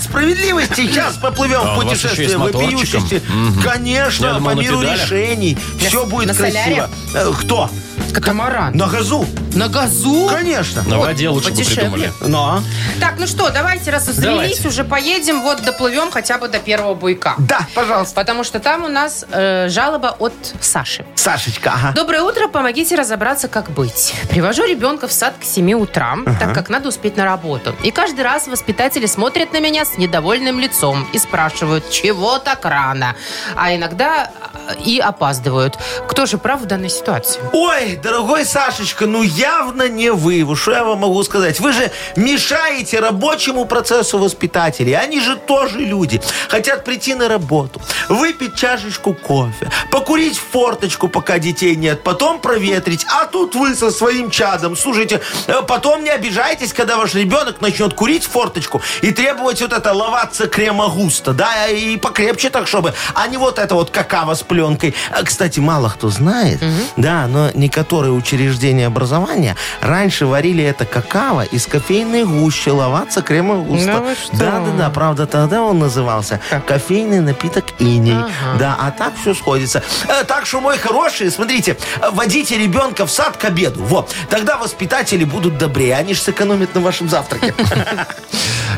D: справедливости. Сейчас поплывем
B: А
D: в
B: у вас еще и
D: путешествие
B: с моторчиком.
D: вопиющести.
B: Мгм.
D: Конечно,
B: Я думал,
D: по
B: на
D: миру
B: педалях.
D: решений. Все будет
C: на соляре?
D: красиво. Э, Кто?
C: Катамаран.
D: На газу?
C: На газу?
D: Конечно.
B: На
C: Вот,
B: воде лучше бы
C: подешевле.
B: придумали.
D: Но.
C: Так, ну что, давайте, раз взрелись,
B: Давайте.
C: уже поедем, вот доплывем хотя бы до первого буйка.
D: Да, пожалуйста.
C: Потому что там у нас э, жалоба от Саши.
D: Сашечка, ага.
C: Доброе утро, помогите разобраться, как быть. Привожу ребенка в сад к 7 утра, так как надо успеть на работу. И каждый раз воспитатели смотрят на меня с недовольным лицом и спрашивают, чего так рано? А иногда э, и опаздывают. Кто же прав в данной ситуации?
D: Ой, дорогой Сашечка, ну явно не вы. Вот Что я вам могу сказать? Вы же мешаете рабочему процессу воспитателей. Они же тоже люди. Хотят прийти на работу, выпить чашечку кофе, покурить в форточку, пока детей нет, потом проветрить. А тут вы со своим чадом. Слушайте, э, потом не обижайтесь, когда ваш ребенок начнет курить в форточку и требовать вот это ловаться крема густо, да, и покрепче так, чтобы, а не вот это вот какао с пленкой. А, Кстати, мало кто знает, да, но некоторые учреждения образования раньше варили это какао из кофейной гущи, ловаться крема густо.
C: Да вы что?
D: да, да, да, правда, тогда он назывался кофейный напиток иней. Да, а так все сходится. Э, Так что, мой хороший, смотрите, э, водите ребенка в сад к обеду. Вот, тогда воспитатели будут добрее, они же сэкономят на вашем завтраке.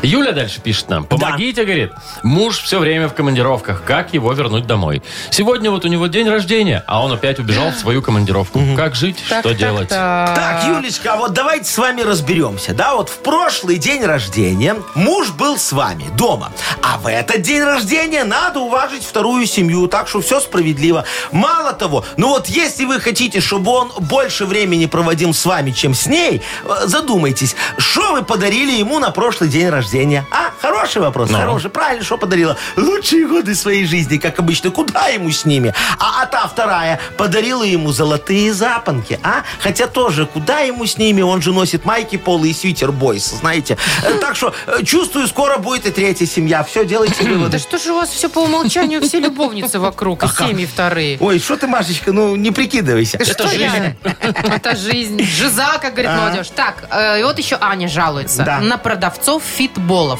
B: Юля дальше пишет нам. Помогите, говорит. Муж все время в командировках. Как его вернуть домой? Сегодня вот у него день рождения, а он опять убежал в свою командировку. Как жить? Что делать?
D: Так, Юлечка, а вот давайте с вами разберемся. Да, вот в прошлый день рождения муж был с вами дома. А в этот день рождения надо уважить вторую семью, так что все справедливо. Мало того, ну вот если вы хотите, чтобы он больше времени проводил с вами, чем с ней, э, задумайтесь, что вы подарили ему на прошлый день рождения? А, хороший вопрос, хороший. Правильно, что подарила? Лучшие годы своей жизни, как обычно. Куда ему с ними? А, а та вторая подарила ему золотые запонки, а? Хотя тоже, куда ему с ними? Он же носит майки полы и свитер бойс, знаете. Э, Так что, э, чувствую, скоро будет и третья семья. Все, делайте
C: Да
D: выводы.
C: что же у вас все по умолчанию, все любовницы вокруг, и семьи вторые.
D: Ой, что ты, Машечка, ну не прикидывайся.
C: Что я? Это жизнь. Жиза, как говорит молодежь. Так, э, и вот еще Аня жалуется
D: А. Да.
C: на продавцов фитболов.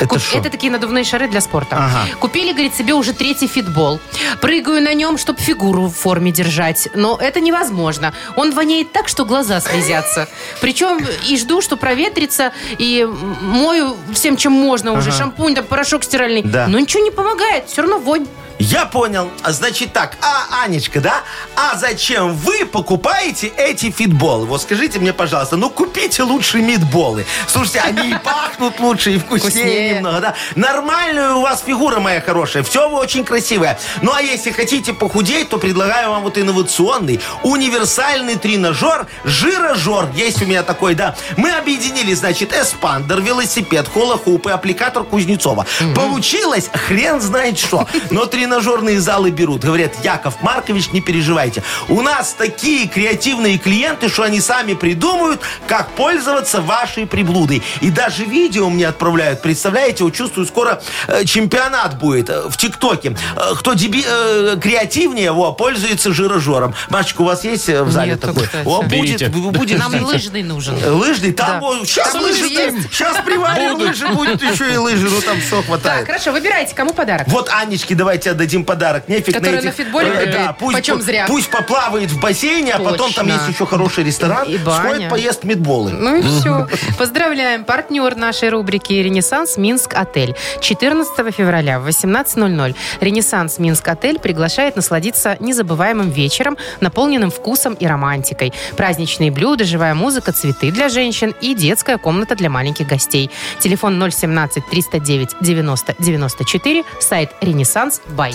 D: Это
C: Куп-
D: шо?
C: такие надувные шары для спорта.
D: Ага.
C: Купили, говорит, себе уже третий фитбол. Прыгаю на нем, чтобы фигуру в форме держать. Но это невозможно. Он воняет так, что глаза слезятся. Причем и жду, что проветрится, и м- мою всем, чем можно уже. Шампунь, там, порошок стиральный.
D: Да.
C: Но ничего не помогает. Все равно вонь.
D: Я понял. А, Значит так, а, Анечка, да? А зачем вы покупаете эти фитболы? Вот скажите мне, пожалуйста, ну купите лучше митболы. Слушайте, они и пахнут лучше, и вкуснее,
C: Вкуснее.
D: немного, да? Нормальная у вас фигура, моя хорошая. Все вы очень красивая. Ну, а если хотите похудеть, то предлагаю вам вот инновационный, универсальный тренажер «Жирожор». Есть у меня такой, да. Мы объединили, значит, эспандер, велосипед, холохуп и аппликатор Кузнецова. Получилось хрен знает что. Но тренажер тренажерные залы берут. Говорят, Яков Маркович, не переживайте. У нас такие креативные клиенты, что они сами придумают, как пользоваться вашей приблудой. И даже видео мне отправляют. Представляете, вот чувствую, скоро э, чемпионат будет э, в ТикТоке. Э, кто деби- э, креативнее, во, пользуется жирожером. Машечка, у вас есть э, в зале
C: Нету,
D: такой?
C: кстати.
D: О,
B: Берите.
D: будет, бу- будет.
I: Нам лыжный нужен.
D: Э, Лыжный? Там
C: Да.
D: сейчас
C: Там
D: лыжи,
C: лыжи есть.
D: сейчас приварим лыжи, будет еще и лыжи, ну там все
C: Так,
D: хватает.
C: хорошо, выбирайте, кому подарок.
D: Вот Анечке давайте отдадим подарок. Нефиг
C: Которая
D: на этих...
C: на фитболе
D: Э,
C: бегает.
D: да, пусть,
C: Почем зря.
D: пусть поплавает в бассейне, а потом там
C: Точно.
D: есть еще хороший ресторан.
C: И- и баня.
D: Сходит, поест митболы.
C: Ну и все. Поздравляем. Партнер нашей рубрики «Ренессанс Минск Отель». 14 февраля в 18.00 «Ренессанс Минск Отель» приглашает насладиться незабываемым вечером, наполненным вкусом и романтикой. Праздничные блюда, живая музыка, цветы для женщин и детская комната для маленьких гостей. Телефон 017-309-90-94, сайт «Ренессанс Бай».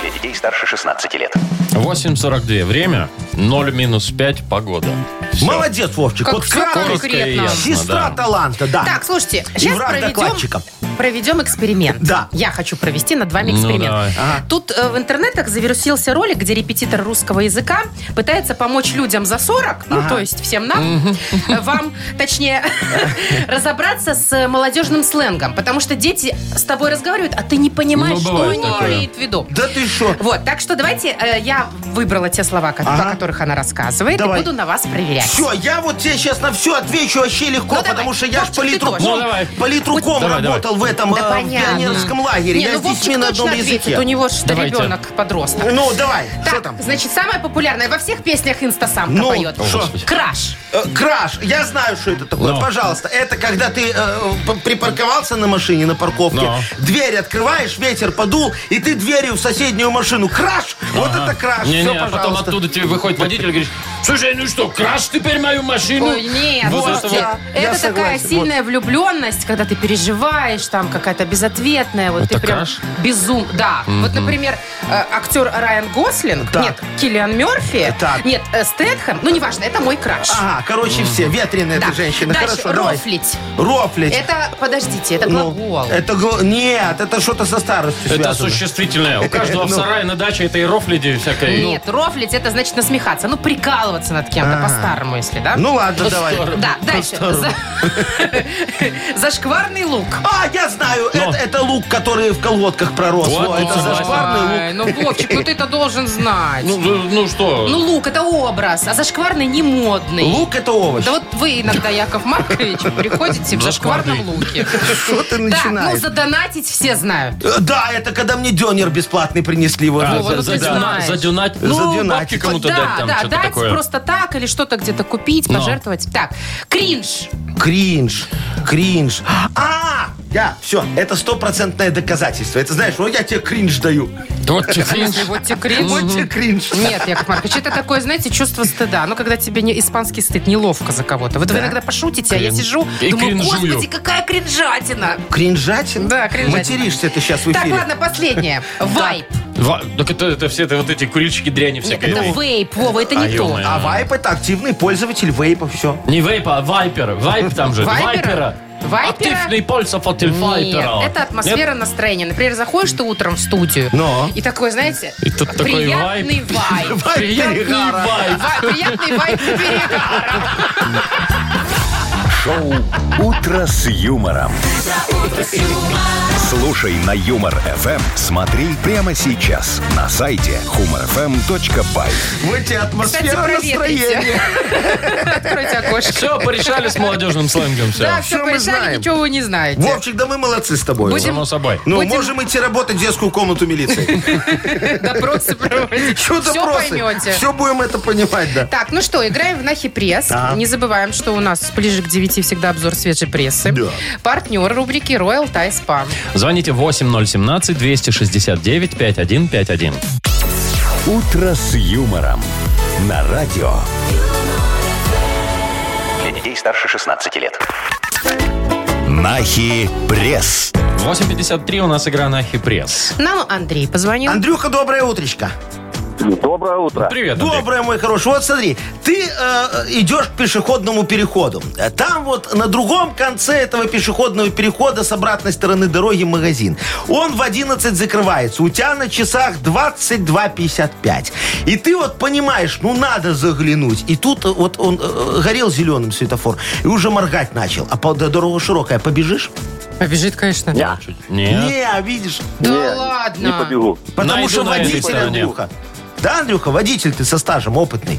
E: Для детей старше 16 лет.
B: 8.42 время, 0 минус 5 погода. Всё.
D: Молодец, Вовчик.
C: Как
D: вот
C: всё
D: крайне
B: коротко и
C: конкретно.
B: ясно,
D: Сестра
B: да.
D: таланта, да.
C: Так, слушайте,
D: И
C: сейчас
D: враг
C: проведем,
D: докладчика.
C: проведем эксперимент.
D: Да.
C: Я хочу провести над вами
B: Ну,
C: эксперимент.
B: давай.
D: Ага.
C: Тут э, в интернетах завирусился ролик, где репетитор русского языка пытается помочь людям за 40, ну,
D: Ага.
C: то есть всем нам, э, вам, точнее, разобраться с э, молодежным сленгом. Потому что дети с тобой разговаривают, а ты не понимаешь,
B: Ну,
C: что
B: бывает
C: они
B: такое.
C: имеют в виду.
D: Да ты что?
C: Вот, так что давайте, э, я выбрала те слова, ко-
D: Ага.
C: о которых она рассказывает,
D: Давай.
C: и буду на вас проверять.
D: Все, я вот тебе сейчас на все отвечу вообще легко,
C: Ну, давай.
D: потому что я ж
C: Вовчик, ты
D: политруком,
C: тоже.
B: Ну, давай. Давай,
D: политруком
B: давай.
D: работал в этом
C: Да
D: э, в
C: понятно.
D: пионерском лагере.
C: Не,
D: я
C: ну
D: с детьми
C: Вовчик
D: на одном
C: точно ответит,
D: языке.
C: у него что
B: Давайте.
C: ребенок подросток.
D: Ну, давай, что
C: Так,
D: там?
C: значит, самая популярная во всех песнях инстасамка
D: Ну,
C: поет.
D: О,
B: Господи.
C: Краш.
D: Э, Краш, я знаю, что это такое.
B: Но.
D: Пожалуйста, это когда ты э, п- припарковался на машине на парковке,
B: Но.
D: дверь открываешь, ветер подул, и ты дверью в соседнюю машину. Краш! Вот
B: Ага.
D: это краш.
B: Не,
D: Все,
B: не, а
D: пожалуйста.
B: потом оттуда тебе выходит водитель и говорит, слушай, ну что, краш теперь мою машину?
C: Ой, нет,
B: Вот
C: слушайте,
B: это вот.
C: это
D: Ну, я- я
C: такая
D: согласен,
C: сильная влюбленность, когда ты переживаешь, там какая-то безответная, вот
B: Это
C: ты прям
B: краш?
C: безум. Да. Вот, например, э, актер Райан Гослинг,
D: Так.
C: нет, Киллиан Мерфи,
D: Так. А,
C: нет, э, Стэтхэм, ну неважно, это мой краш.
D: Ага, короче, все, ветреная
C: Да.
D: эта женщина.
C: Дальше
D: Хорошо, давай.
C: рофлить.
D: Рофлить.
C: Это, подождите, это
D: Ну,
C: глагол.
D: это гл- Нет, это что-то со старостью
B: Это
D: связано.
B: существительное. У каждого в
D: Ну.
B: сарае на даче это и рофлиди всякое.
C: Нет, рофлить это значит насмехаться, ну прикалываться над кем-то
D: А.
C: по-старому, если, да?
D: Ну ладно, давай.
C: Да, дальше. За... Зашкварный лук.
D: А, я знаю, это, это лук, который в колготках пророс.
B: Вот, ну,
D: Во, это
B: согласен.
D: зашкварный лук.
C: Ай, Ну, Вовчик, ну ты это должен знать.
B: Ну,
C: Ну,
B: ну, ну что?
C: лук это образ, а зашкварный не модный.
D: Лук это овощ.
C: Да вот вы иногда, Яков Маркович, приходите в
B: Зашкварный.
C: зашкварном луке.
D: Что ты
C: Так, ну
D: начинаешь?
C: задонатить все знают.
D: Э, Да, это когда мне дёнер бесплатный принесли. Вот,
B: А,
C: Вова,
B: за-
C: ну ты
B: задюна-
C: знаешь.
B: задюнать.
D: Задюнать.
B: Ну, бабки кому-то
C: да,
B: дать там
C: да,
B: что-то
C: дать
B: такое. Ну.
C: просто так или что-то где-то купить,
B: Но.
C: пожертвовать. Так, кринж.
D: Кринж, кринж. А, я, все, это стопроцентное доказательство. Это знаешь, вот я тебе кринж даю.
B: Вот тебе кринж.
C: Вот тебе кринж.
D: Вот тебе кринж.
C: Нет, Яков Маркович, это такое, знаете, чувство стыда. Ну, когда тебе не, испанский стыд, неловко за кого-то. Вот вы иногда пошутите, а я
B: Крин-
C: сижу,
B: и
C: думаю,
B: кринжую.
C: господи, какая кринжатина.
D: Кринжатин?
C: Да, кринжатина.
D: Материшься ты сейчас в
C: Так,
D: эфире.
C: ладно, последнее. Вайп.
B: Ва- Так это, это все это вот эти курильщики дряни
C: Нет,
B: всякой.
C: это
B: Ой.
C: вейп, Вова, это не
B: Ну, А,
C: то.
B: ё-моё.
D: А вайп это активный пользователь вейпа, все.
B: Не вейпа, а вайпер. Вайп там же.
C: Вайпера?
B: Вайпера.
C: Вайпера?
B: Активный пользователь
C: Нет,
B: вайпера.
C: это атмосфера настроения. Например, заходишь ты утром в студию,
D: Но.
C: и такой, знаете,
B: И тут такой
C: приятный вайп.
B: Нет? Приятный
D: Перегара.
B: вайп.
C: Ва- Приятный вайп перегара.
A: Шоу «Утро с юмором». Слушай на Юмор ФМ, смотри прямо сейчас на сайте humorfm.by.
D: Вот тебе
C: Кстати,
D: атмосфера настроения.
C: проветрите. Откройте окошко.
B: Все, порешали с молодежным сленгом все.
C: Да, все
D: всё мы
C: порешали,
D: знаем.
C: ничего вы не знаете.
D: Вовчик, да мы молодцы с тобой.
C: Будем-
B: Само собой.
D: Ну,
C: будем-
D: можем идти работать в детскую комнату милиции.
C: Допросы проводить.
D: Что
C: Все поймете.
D: Все будем это понимать, да.
C: Так, ну что, играем в Нахи Пресс. Не забываем, что у нас ближе к 9 всегда обзор свежей прессы.
D: Да.
C: Партнер рубрики Royal Thai Spa.
B: Звоните 8017-269-5151.
A: «Утро с юмором» на радио.
E: Для детей старше 16 лет.
A: Нахи пресс.
B: 8.53 у нас игра на хипресс.
C: Нам Андрей позвонил.
D: Андрюха, доброе утречко.
G: Доброе утро.
B: Привет, Андрей.
D: Доброе, мой хороший. Вот смотри, ты э, идешь к пешеходному переходу. Э, Там вот на другом конце этого пешеходного перехода с обратной стороны дороги магазин. Он в 11 закрывается. У тебя на часах 22.55. И ты вот понимаешь, ну надо заглянуть. И тут э, вот он э, горел зеленым светофор. И уже моргать начал. А по- дорога широкая. Побежишь?
C: Побежит, конечно.
G: Я.
B: Чуть- Нет.
D: Не, а видишь.
C: Да
G: Не,
C: ладно.
G: Не побегу.
D: Потому
B: Найду
D: что
B: на этой
D: водитель,
B: стороне.
D: Андрюха. Да, Андрюха, водитель ты со стажем, опытный.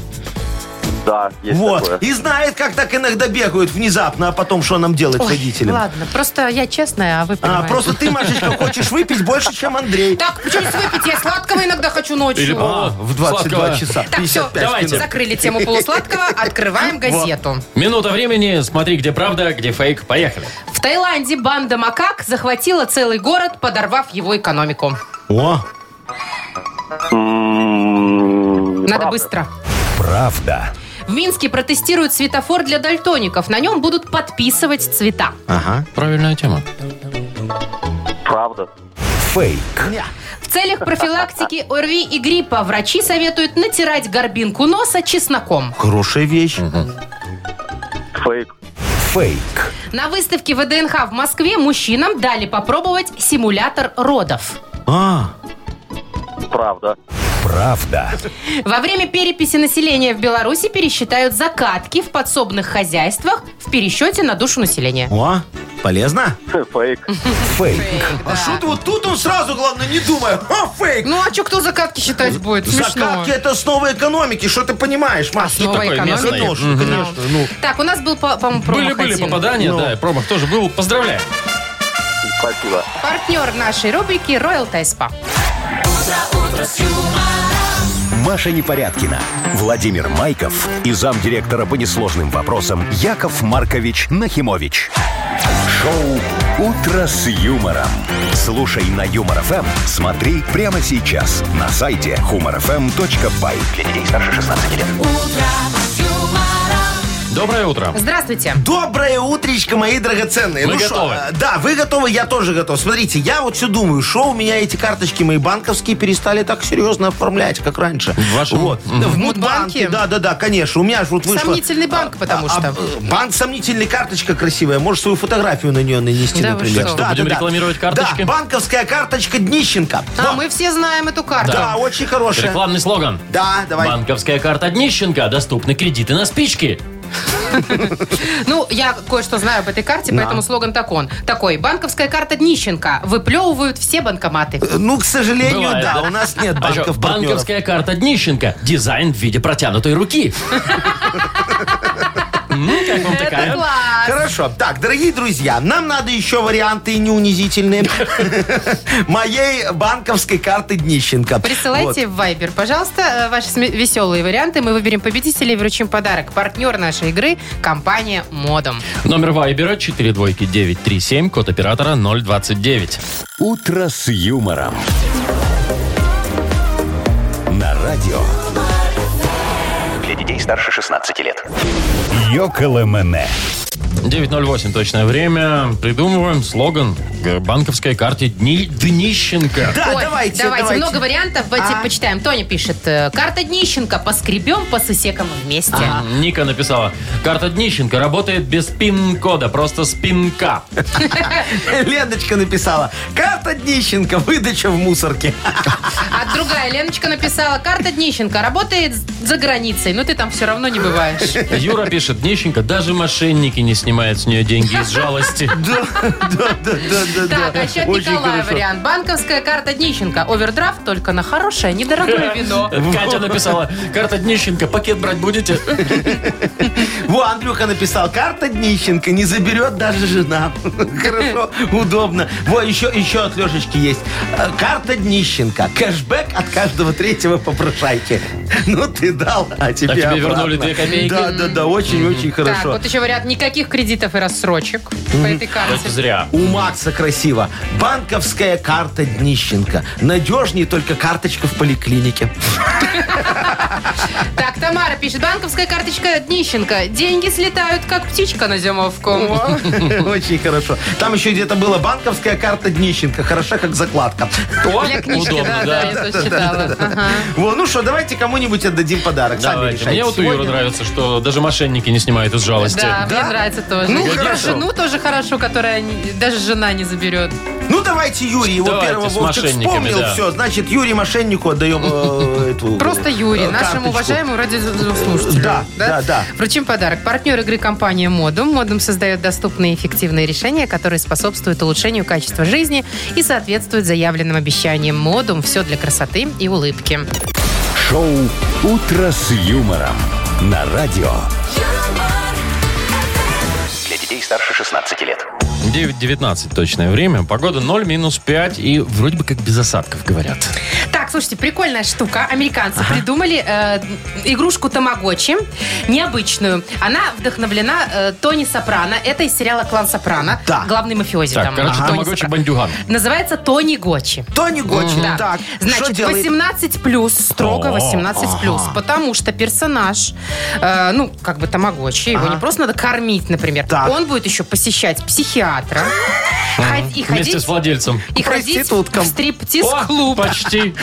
G: Да, есть
D: вот.
G: такое.
D: И знает, как так иногда бегают внезапно, а потом что нам делать с
C: Ой,
D: водителем.
C: ладно, просто я честная, а вы
D: А,
C: понимаете.
D: просто ты, Машечка, хочешь выпить больше, чем Андрей.
C: Так, почему здесь выпить? Я сладкого иногда хочу ночью.
B: Или
D: А, в 22
B: Сладкого.
D: часа.
C: Так, все,
D: 55
B: давайте.
D: минут.
C: закрыли тему полусладкого, открываем газету.
B: Минута времени. Смотри, где правда, где фейк. Поехали.
C: В Таиланде банда макак захватила целый город, подорвав его экономику.
D: О,
C: Надо быстро.
A: Правда.
C: В Минске протестируют светофор для дальтоников. На нем будут подписывать цвета.
D: ага.
B: Правильная тема.
G: Правда.
A: Фейк.
C: В целях профилактики ОРВИ и гриппа врачи советуют натирать горбинку носа чесноком.
D: Хорошая вещь.
G: Фейк.
A: Фейк.
C: На выставке ВДНХ в Москве мужчинам дали попробовать симулятор родов.
D: А,
G: Правда.
A: Правда.
C: Во время переписи населения в Беларуси пересчитают закатки в подсобных хозяйствах в пересчете на душу населения.
D: о, полезно?
G: Фейк.
A: Фейк.
D: А что ты вот тут он сразу, главное, не думай. О, фейк.
C: Ну а что, кто закатки считать будет?
D: Закатки это основа экономики, что ты понимаешь, Маш?
C: Основа
B: Ну, такой
C: экономики.
B: местный.
D: Конечно, конечно. Ну,
C: Так, у нас был, по- по-моему, промах
B: Были-были
C: один.
B: попадания, да, и промах тоже был. Поздравляю.
G: Спасибо.
C: Партнер нашей рубрики Royal Thai Spa.
A: Маша Непорядкина, Владимир Майков и замдиректора по несложным вопросам Яков Маркович Нахимович. Шоу «Утро с юмором». Слушай на Юмор ФМ, смотри прямо сейчас на сайте humorfm.by. Для детей старше 16 лет.
B: Доброе утро.
C: Здравствуйте.
D: Доброе утречко, мои драгоценные.
B: Мы
D: шо,
B: готовы.
D: э, да, вы готовы, я тоже готов. Смотрите, я вот все думаю, что у меня эти карточки мои банковские перестали так серьезно оформлять, как раньше.
B: В вашем?
D: Вот. В Мудбанке.
C: Мудбанке?
D: Да, да, да, конечно. У меня же вот вышло...
C: Сомнительный банк, потому
D: А,
C: что.
D: э, банк сомнительный, карточка красивая. Можешь свою фотографию на нее нанести,
C: Да вы
D: например.
C: что?
D: Да,
B: Будем
D: да, да.
B: рекламировать карточки?
D: Да, банковская карточка Днищенко.
C: А
D: Во.
C: мы все знаем эту карту.
D: Да, очень хорошая.
B: Рекламный слоган.
D: Да, давай.
B: Банковская карта Днищенко. Доступны кредиты на спички.
C: Ну, я кое-что знаю об этой карте, поэтому слоган так он. Такой, банковская карта Днищенко. Выплевывают все банкоматы.
D: Э, Ну, к сожалению,
B: Бывает,
D: да,
B: да.
D: у нас нет
B: А еще
D: банков партнеров.
B: банковская карта Днищенко. Дизайн в виде протянутой руки. Ну, как вам
C: Это
B: такая?
C: класс.
D: Хорошо. Так, дорогие друзья, нам надо еще варианты и не унизительные моей банковской карты Днищенко.
C: Присылайте в Viber, пожалуйста, э, ваши сме- веселые варианты. Мы выберем победителей и вручим подарок. Партнер нашей игры – компания «Модом».
B: Номер Вайбера 42937, код оператора 029.
A: «Утро с юмором». На радио
E: Для детей старше 16 лет.
A: «Йоколэмэне».
B: 9.08 точное время. Придумываем слоган к банковской карте Дни... Днищенко.
D: Да,
C: Ой,
D: А,
C: давайте.
D: давайте, давайте.
C: Много вариантов. Давайте почитаем. Тоня пишет. э, Карта Днищенко. Поскребем по сусекам вместе.
B: Ника написала. Карта Днищенко работает без пин-кода, просто с пинка.
D: Леночка написала. Карта Днищенко, выдача в мусорке.
C: А другая Леночка написала. Карта Днищенко. Работает за границей. Но ты там все равно не бываешь.
B: Юра пишет, Днищенко даже мошенники не снимают с нее деньги из жалости.
C: Так, а счет Николая вариант. Банковская карта Днищенко. Овердрафт только на хорошее, недорогое вино.
B: Катя написала, карта Днищенко, пакет брать будете?
D: Во, Андрюха написал. Карта Днищенко, не заберет даже жена. Хорошо, удобно. Во, еще, еще от Лешечки есть. Э, Карта Днищенко. Кэшбэк от каждого третьего попрошайки. Ну, ты дал, а тебе
B: тебе
D: обратно.
B: вернули две копейки.
D: Да, да, да, очень-очень
C: Так,
D: хорошо.
C: вот еще вариант. Никаких кредитов и рассрочек по этой карте.
B: Это зря.
D: У Макса красиво. Банковская карта Днищенко. Надежнее только карточка в поликлинике.
C: Так, Тамара пишет, банковская карточка Днищенко. Деньги слетают, как птичка на зимовку.
D: Очень хорошо. Там еще где-то была банковская карта Днищенко. Хороша, как закладка.
C: Для книжки,
B: Удобно,
C: да, да, я тоже читала. Ага.
D: Во, ну что, давайте кому-нибудь отдадим подарок. Сами
B: Давайте.
D: решайте.
B: Мне вот у Юры
D: Сегодня-
B: нравится, что даже мошенники не снимают из жалости.
C: Да,
D: Да?
C: мне нравится тоже.
D: Ну,
C: И про
D: хорошо.
C: жену тоже хорошо, которая не- даже жена не заберет.
D: Ну давайте Юрий, его
B: Давайте,
D: первого
B: с
D: Вовчик
B: мошенниками,
D: вспомнил.
B: да.
D: Все, значит, Юрий мошеннику отдаем э, эту...
C: Просто
D: э,
C: Юрий, нашему
D: карточку.
C: уважаемому радиослушателю.
D: Да, да, да.
C: Вручим подарок. Партнер игры компания «Модум». «Модум» создает доступные и эффективные решения, которые способствуют улучшению качества жизни и соответствуют заявленным обещаниям. «Модум» – все для красоты и улыбки.
A: Шоу «Утро с юмором» на радио.
E: Для детей старше 16 лет.
B: 9.19 точное время. Погода 0, минус 5 и вроде бы как без осадков, говорят.
C: Так, слушайте, прикольная штука. Американцы придумали э, игрушку Тамагочи, необычную. Она вдохновлена э, Тони Сопрано. Это из сериала «Клан Сопрано».
D: Да.
C: Главный мафиози
B: Так,
C: там.
B: короче,
C: Тони
B: тамагочи
C: Сопрано.
B: бандюган.
C: Называется Тони Гочи.
D: Тони Гочи. Так, что
C: Значит,
D: делает?
C: 18 плюс, строго
B: О,
C: 18 плюс. Потому что персонаж, э, ну, как бы тамагочи, его не просто надо кормить, например.
D: Так.
C: Он будет еще посещать психиатра. ход- И
B: Вместе
C: ходить...
B: с владельцем.
C: И ходить
D: проституткам.
C: в стриптиз-клуб.
B: О, почти.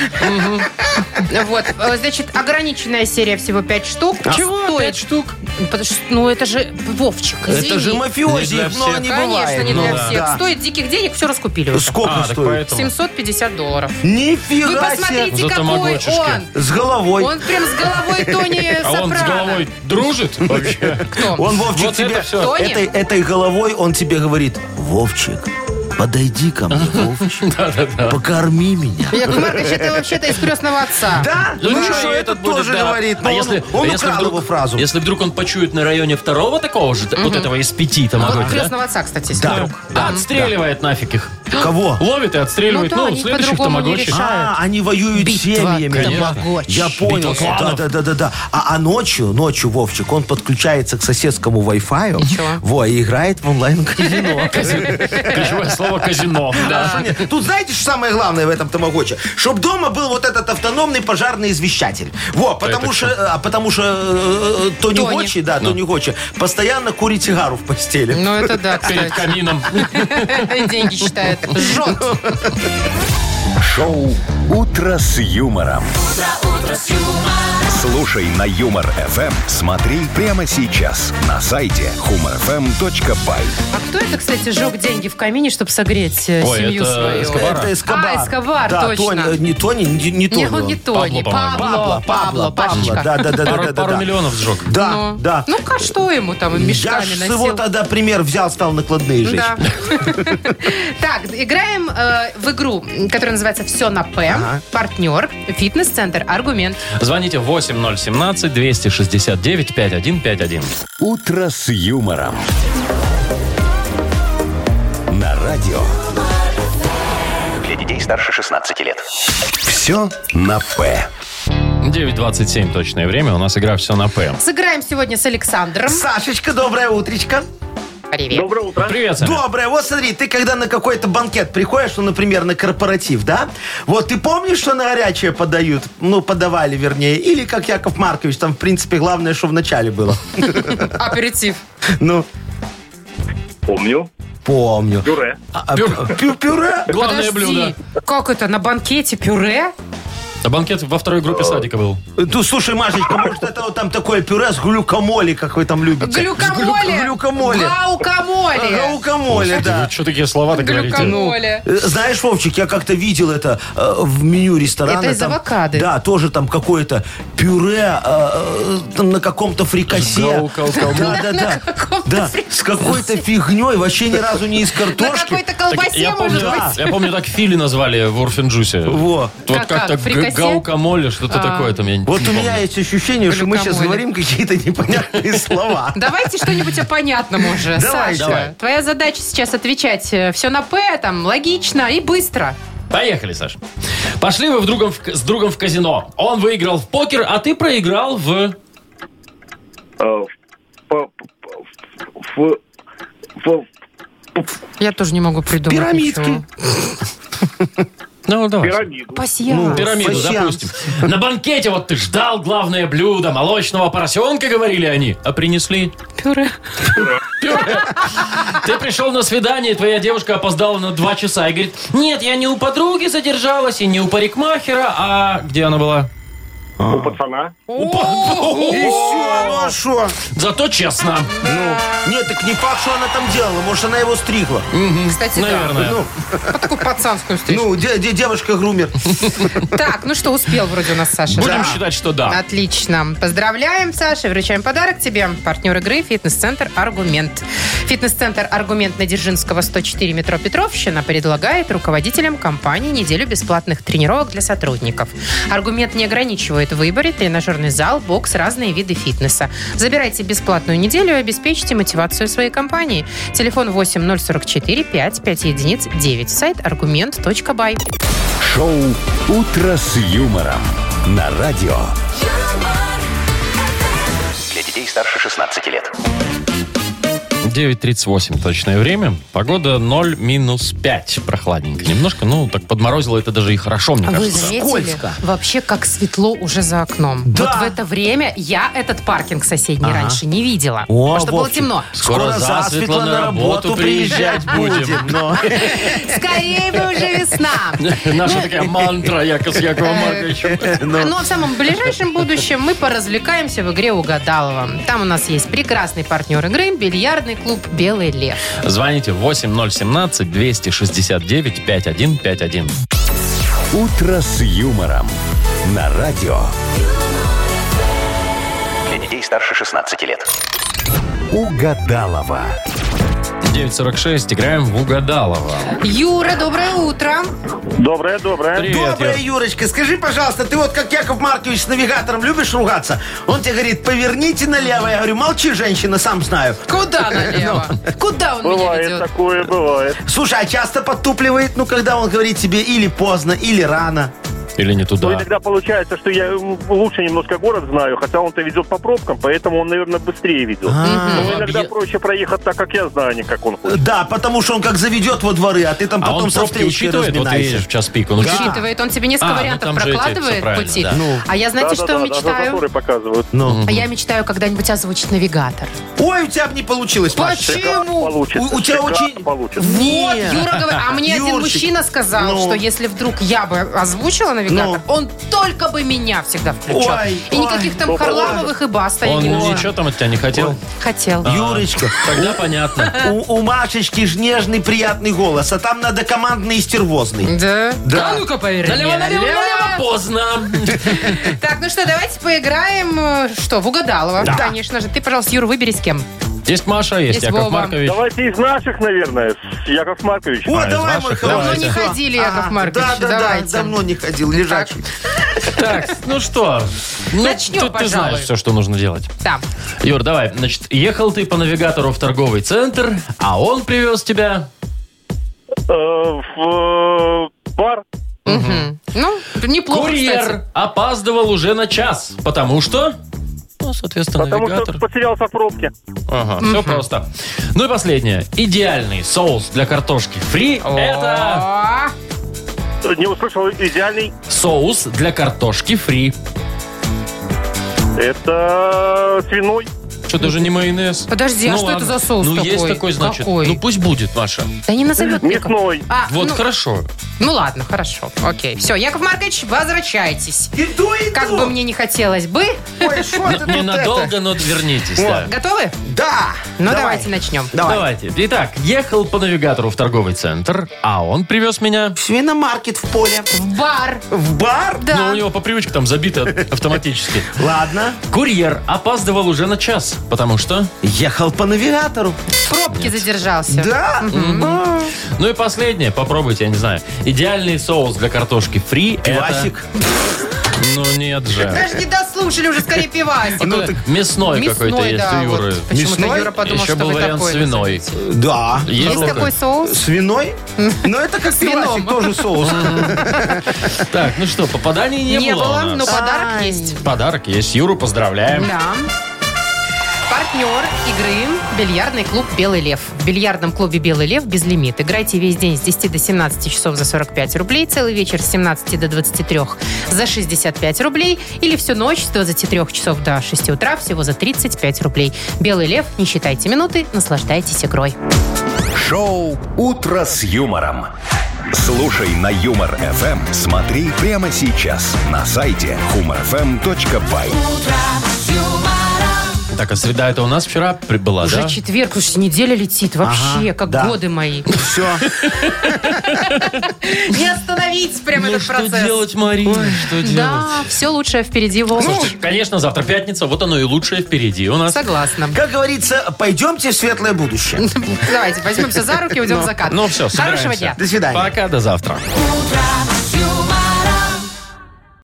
C: Вот, э, значит, ограниченная серия всего 5 штук.
D: А
B: Чего?
C: Стоит-
B: Пять штук?
C: Потому что, ну, это же Вовчик,
D: Это
C: извини.
D: же мафиози,
B: Не для
D: их много
B: всех.
D: не
C: Конечно,
D: бывает.
C: не для
D: Ну,
C: всех.
D: да.
C: Стоит диких денег, все раскупили уже.
D: Сколько
B: А, так
D: стоит?
B: поэтому.
C: 750 долларов. Вы
D: Нифига себе!
C: посмотрите,
B: За
C: какой
B: тамагочишки.
C: он.
D: С головой.
C: Он прям с головой Тони
B: А он с
C: Сопрано.
B: головой дружит вообще?
C: Кто?
D: Он, Вовчик,
B: Вот это
D: тебе...
B: всё.
C: Тони?
D: этой, этой головой он тебе говорит, Вовчик, подойди ко мне, Вовчик, покорми меня.
C: Яков Маркович, это вообще-то из крестного отца.
D: Да? Ну,
B: чё,
D: что, этот
B: будет,
D: тоже
B: да.
D: говорит.
B: А
D: но он-
B: если, а
D: Он
B: если
D: украл
B: вдруг,
D: его фразу.
B: Если вдруг он почует на районе второго такого же, вот этого из
D: А,
B: пяти там,
C: Вот
B: огонь, да?
C: крестного отца, кстати, если
D: Да.
C: вдруг.
B: А, отстреливает нафиг их.
D: Кого?
B: Ловит и отстреливает.
C: Ну да,
B: Ну,
C: они
B: следующих
C: по-другому не
B: тамагочи.
C: решают.
D: А, они воюют семьями.
B: Конечно.
C: тамагочи.
D: Я понял.
B: Битва
D: Да,
B: кланов.
D: да, да, да, да. А, а ночью, ночью, Вовчик, он подключается к соседскому Wi-Fi.
C: Ничего.
D: Во, и играет в онлайн-казино.
B: Ключевое слово казино.
D: А что нет? Тут знаете, что самое главное в этом тамагоче? Чтоб дома был вот этот автономный пожарный извещатель. Во, потому что, а, потому что э, э, Тони
C: Тони.
D: Гочи, да,
B: Ну.
D: Тони Гочи, постоянно курит сигару в постели.
C: Ну, это да,
B: Перед
C: кстати.
B: камином.
C: Деньги считает. Жжет. А
A: Шоу «Утро с юмором». Слушай на Юмор ФМ, смотри прямо сейчас на сайте humorfm.by.
C: А кто это, кстати, жег деньги в камине, чтобы согреть э,
B: Ой,
C: семью
B: это
C: свою?
B: Эскобар.
D: Это Эскобар.
C: А, Эскобар,
D: да,
C: точно.
D: Тони, э, не Тони, не, не Тони.
C: Не, он не Тони.
B: Пабло,
C: Пабло, Пабло, Пашечка.
D: Да, да, да, да, да,
B: Пару
D: да,
B: пару
D: да.
B: миллионов сжег.
D: Да,
C: Ну,
D: да.
C: Ну-ка, что ему там, он
D: Я
C: мешками
D: ж с
C: носил? Ну
D: его тогда пример взял, стал накладные жечь.
C: Да. Так, играем э, в игру, которая называется «Все на П». Партнер, фитнес-центр, аргумент.
B: Звоните 8017-269-5151.
A: «Утро с юмором». На радио
E: Для детей старше 16 лет.
A: все на «П».
B: 9.27 точное время. У нас игра все на П.
C: Сыграем сегодня с Александром.
D: Сашечка, доброе утречко.
C: Привет.
G: Доброе утро.
B: Привет, Саня.
D: Доброе. Вот смотри, ты когда на какой-то банкет приходишь, ну, например, на корпоратив, да? Вот ты помнишь, что на горячее подают? Ну, подавали, вернее. Или, как Яков Маркович, там, в принципе, главное, что в начале было.
C: Аперитив.
D: Ну,
F: Помню.
D: помню.
F: Пюре.
D: А, а, пю- Пюре?
B: Главное блюдо.
C: Как это, на банкете пюре?
B: А банкет во второй группе садика был.
D: Ну, слушай, Машечка, может, это вот там такое пюре с глюкомоли, как вы там любите? С
C: Глюкомоле?
D: А глю- Глюкомоле.
C: Глаукомоле.
D: Глюкомоле, да.
B: Вы что такие слова-то говорите?
C: Глюкомоле.
D: Э, Знаешь, Вовчик, я как-то видел это э, в меню ресторана.
C: Это из
D: там,
C: авокадо.
D: Да, тоже там какое-то пюре э, там на каком-то фрикасе.
B: Гау-кау-кау.
D: Да, да, да.
C: каком-то
D: Да, с
C: фрикасе.
D: какой-то фигней, вообще ни разу не из
C: На
D: картошки.
C: какой-то
B: Так
C: колбасе,
B: я, помню,
C: может быть?
B: я помню, так Фили назвали в Урфинджусе.
D: Во.
B: Вот
C: Как- как,
B: как-то г-
C: фрикасе? А.
B: гаукамоле, что-то такое там. Я не
D: Вот у
B: помню.
D: меня есть ощущение, что мы сейчас
C: Глюкомоле.
D: говорим какие-то непонятные слова.
C: Давайте что-нибудь о понятном уже,
D: Давай,
C: Саша.
D: давай.
C: Твоя задача сейчас отвечать все на П, там, логично и быстро.
B: Поехали, Саш. Пошли вы в другом в к- с другом в казино. Он выиграл в покер, а ты проиграл в...
F: Э, в- по- по- в- в- Фу,
C: Я тоже не могу придумать
D: Пирамидки.
C: ничего.
B: Ну, давай.
F: Пирамиду.
C: Пасьянс.
B: Пирамиду
D: Пасьянс.
B: запустим. На банкете вот ты ждал главное блюдо молочного поросенка, говорили они. А принесли
C: Пюре.
B: пюре. Ты пришел на свидание, твоя девушка опоздала на два часа и говорит, нет, я не у подруги задержалась и не у парикмахера, а где она была?
F: У пацана.
D: Еще, а шо?
B: Зато честно.
D: Нет, так не факт, что она там делала. Может, она его стригла.
C: Кстати, да. Ну,
B: Наверное.
C: Под такую пацанскую встречу.
D: Ну, де- де- девушка-грумер.
C: Так, ну что, успел вроде у нас Саша.
B: Будем
C: Да.
B: считать, что да.
C: Отлично. Поздравляем, Саша. Вручаем подарок тебе. Партнер игры «Фитнес-центр Аргумент». «Фитнес-центр Аргумент» на Дзержинского, 104 метро Петровщина предлагает руководителям компании неделю бесплатных тренировок для сотрудников. «Аргумент» не ограничивает в выборе тренажерный зал, бокс, разные виды фитнеса. Забирайте бесплатную неделю и обеспечите мотивацию своей компании. Телефон 8 044 5 5 единиц 9. Сайт аргумент.бай.
A: Шоу «Утро с юмором» на радио.
E: Для детей старше 16 лет.
B: 9.38 точное время. Погода 0 минус 5. Прохладненько немножко. Ну, так подморозило это даже и хорошо, мне
C: А Вы
B: кажется.
C: заметили,
D: Скользко.
C: вообще как светло уже за окном.
D: Да.
C: Вот в это время я этот паркинг соседний раньше не видела.
D: О,
C: потому что было
D: Вовчик.
C: темно.
B: Скоро, засветло на работу приезжать будем. Ну,
D: но.
C: Скорее бы уже весна.
B: Наша такая мантра Яков Якова Марковича.
C: Ну, а в самом ближайшем будущем мы поразвлекаемся в игре «Угадалова». Там у нас есть прекрасный партнер игры – бильярдный клуб «Белый лев».
B: Звоните 8017-269-5151.
A: «Утро с юмором» на радио.
E: Для детей старше 16 лет.
A: Угадалова.
B: 946. Играем в Угадалова.
C: Юра, доброе утро.
F: Доброе, доброе.
B: Привет,
D: Добрая,
B: Юр.
D: Юрочка, скажи, пожалуйста, ты вот как Яков Маркович с навигатором любишь ругаться? Он тебе говорит, поверните налево. Я говорю, молчи, женщина, сам знаю.
C: Куда
B: Ну.
C: налево? Куда он меня
F: Бывает
C: ведет?
F: такое, бывает.
D: Слушай, а часто подтупливает, ну, когда он говорит тебе или поздно, или рано.
B: Или не
F: Ну и
B: туда.
F: тогда получается, что я м, лучше немножко город знаю, хотя он-то ведет по пробкам, поэтому он, наверное, быстрее ведет.
D: А,
B: Ну,
F: Но иногда
B: объе-
F: проще проехать так, как я знаю, а не как он хочет.
D: Да, потому что он как заведет во дворы, а ты там
B: А
D: потом
B: он
D: со
B: пробки
D: встречкой
B: учитывает? Вот ты едешь
D: разминайся.
B: в час Ну, пик, он учитывает.
C: Учитывает, он тебе несколько
B: А, ну
C: вариантов
B: там же эти, всё
C: прокладывает
B: правильно,
C: пути.
B: да. Ну.
C: А я знаете, что
F: Да-да-да, даже
C: мечтаю?
F: заторы показывают.
D: Ну.
C: А я мечтаю когда-нибудь озвучить навигатор.
D: Ой, у тебя бы не получилось, Паш.
F: Прекрасно получится.
D: У- у тебя
F: прекрасно
D: очень-
F: получится.
C: Вот,
D: Нет.
C: Юра говорит, а мне один
D: Юрчик,
C: мужчина сказал,
D: ну.
C: что если вдруг я бы озвучила навигатор, он только бы меня всегда включал.
D: Ой,
C: и никаких там
F: ой.
C: Харламовых и Баста
B: Он
C: не нужно.
B: ничего А. там от тебя не хотел?
C: Хотел.
D: А. Юрочка,
B: Тогда понятно.
D: у, у Машечки ж нежный приятный голос, а там надо командный и стервозный.
C: Да.
D: Да.
C: А ну-ка поверни. Налево.
B: поздно.
C: Так, ну что, давайте поиграем, э, что, в Угадалова. Конечно же. Ты, пожалуйста, Юр, выбери с кем.
B: Есть Маша, есть,
C: Есть
B: Яков
C: Вова.
B: Маркович.
F: Давайте из наших, наверное, с- Яков Маркович. э,
D: О,
B: А, из
D: давай,
B: ваших?
D: мой хороший.
B: Давно не
D: Всё.
C: ходили, Яков Маркович,
D: Да, да,
C: давайте.
D: да, давно не ходил, лежачий.
B: Так, ну что? ну,
C: Начнем,
B: ты- Ты
C: пожалуй.
B: знаешь все, что нужно делать.
C: Да.
B: Юр, давай, значит, ехал ты по навигатору в торговый центр, а он привез тебя...
F: Э, в э, бар.
C: Мгм. Ну, неплохо,
B: Курьер
C: кстати.
B: опаздывал уже на час, потому что... Ну, соответственно,
F: Потому
B: навигатор.
F: что потерялся в пробке.
B: Ага, все просто. Ну и последнее. Идеальный соус для картошки фри – это
C: О,
F: Не услышал идеальный.
B: соус для картошки фри.
F: Это свиной.
B: Что, даже не майонез?
C: Подожди, а
B: Ну
C: что это
B: ладно.
C: за соус
B: Ну,
C: такой?
B: есть такой, значит.
C: Какой?
B: Ну, пусть будет, Маша.
C: Да не назовет никого.
F: Мясной.
C: А,
B: Вот
C: ну,
B: хорошо.
C: ну ладно, хорошо. Окей. Все, Яков Маркович, возвращайтесь.
D: Иду, иду.
C: Как бы мне не хотелось бы.
D: Ой, шо ты тут это?
B: Ненадолго, но вернитесь, да.
C: Готовы?
D: Да.
C: Ну,
D: давай.
C: давайте начнем.
D: Давай.
B: Давайте. Итак, ехал по навигатору в торговый центр, а он привез меня...
D: В свиномаркет в поле.
C: В бар.
D: В бар?
B: Ну,
C: Да.
B: у него по привычке там забито автоматически.
D: Ладно.
B: Курьер опаздывал уже на час, потому что...
D: Ехал по навигатору.
C: В пробке задержался.
D: Да. А,
B: Ну и последнее, попробуйте, я не знаю. Идеальный соус для картошки фри это-
D: Пивасик.
B: Ну нет же.
C: Даже не дослушали уже скорее пивасик.
B: Ну, так Мясной, какой-то
C: Мясной,
B: есть
C: да.
B: у Юры.
C: вот Почему-то
D: Мясной?
C: Юра подумал,
B: Еще
C: что
B: был
C: вы
B: вариант
C: такое
B: свиной.
C: назовете.
D: Да.
C: Есть
B: такой?
C: такой соус?
D: Свиной? Ну, это как пивасик, тоже соус.
B: Так, ну что, попаданий не,
C: Не
B: было, у
C: было, ну
B: нас.
C: но подарок есть.
B: Подарок есть. Юру поздравляем.
C: Да. Партнер игры «Бильярдный клуб «Белый лев». В бильярдном клубе «Белый лев» безлимит. Играйте весь день с 10 до 17 часов за 45 рублей, целый вечер с 17 до 23 за 65 рублей или всю ночь с 23 часов до 6 утра всего за 35 рублей. «Белый лев», не считайте минуты, наслаждайтесь игрой.
A: Шоу «Утро с юмором». Слушай на Юмор ФМ. Смотри прямо сейчас на сайте humorfm.by.
B: Так, а среда это у нас вчера при- была,
C: Уже
B: да?
C: четверг, уж неделя летит вообще,
D: Ага,
C: как
D: да.
C: годы мои.
D: Все.
C: Не остановить прям
B: Ну
C: этот
B: что
C: процесс.
B: делать, Марина, что делать?
C: Да, все лучшее впереди Вов.
B: Слушайте, конечно, завтра пятница, вот оно и лучшее впереди у нас.
C: Ну, Согласна.
D: Как говорится, пойдемте в светлое будущее.
C: Давайте возьмемся за руки и уйдем в закат.
B: Ну все,
C: Хорошего дня.
D: До свидания.
B: Пока, до завтра.
I: с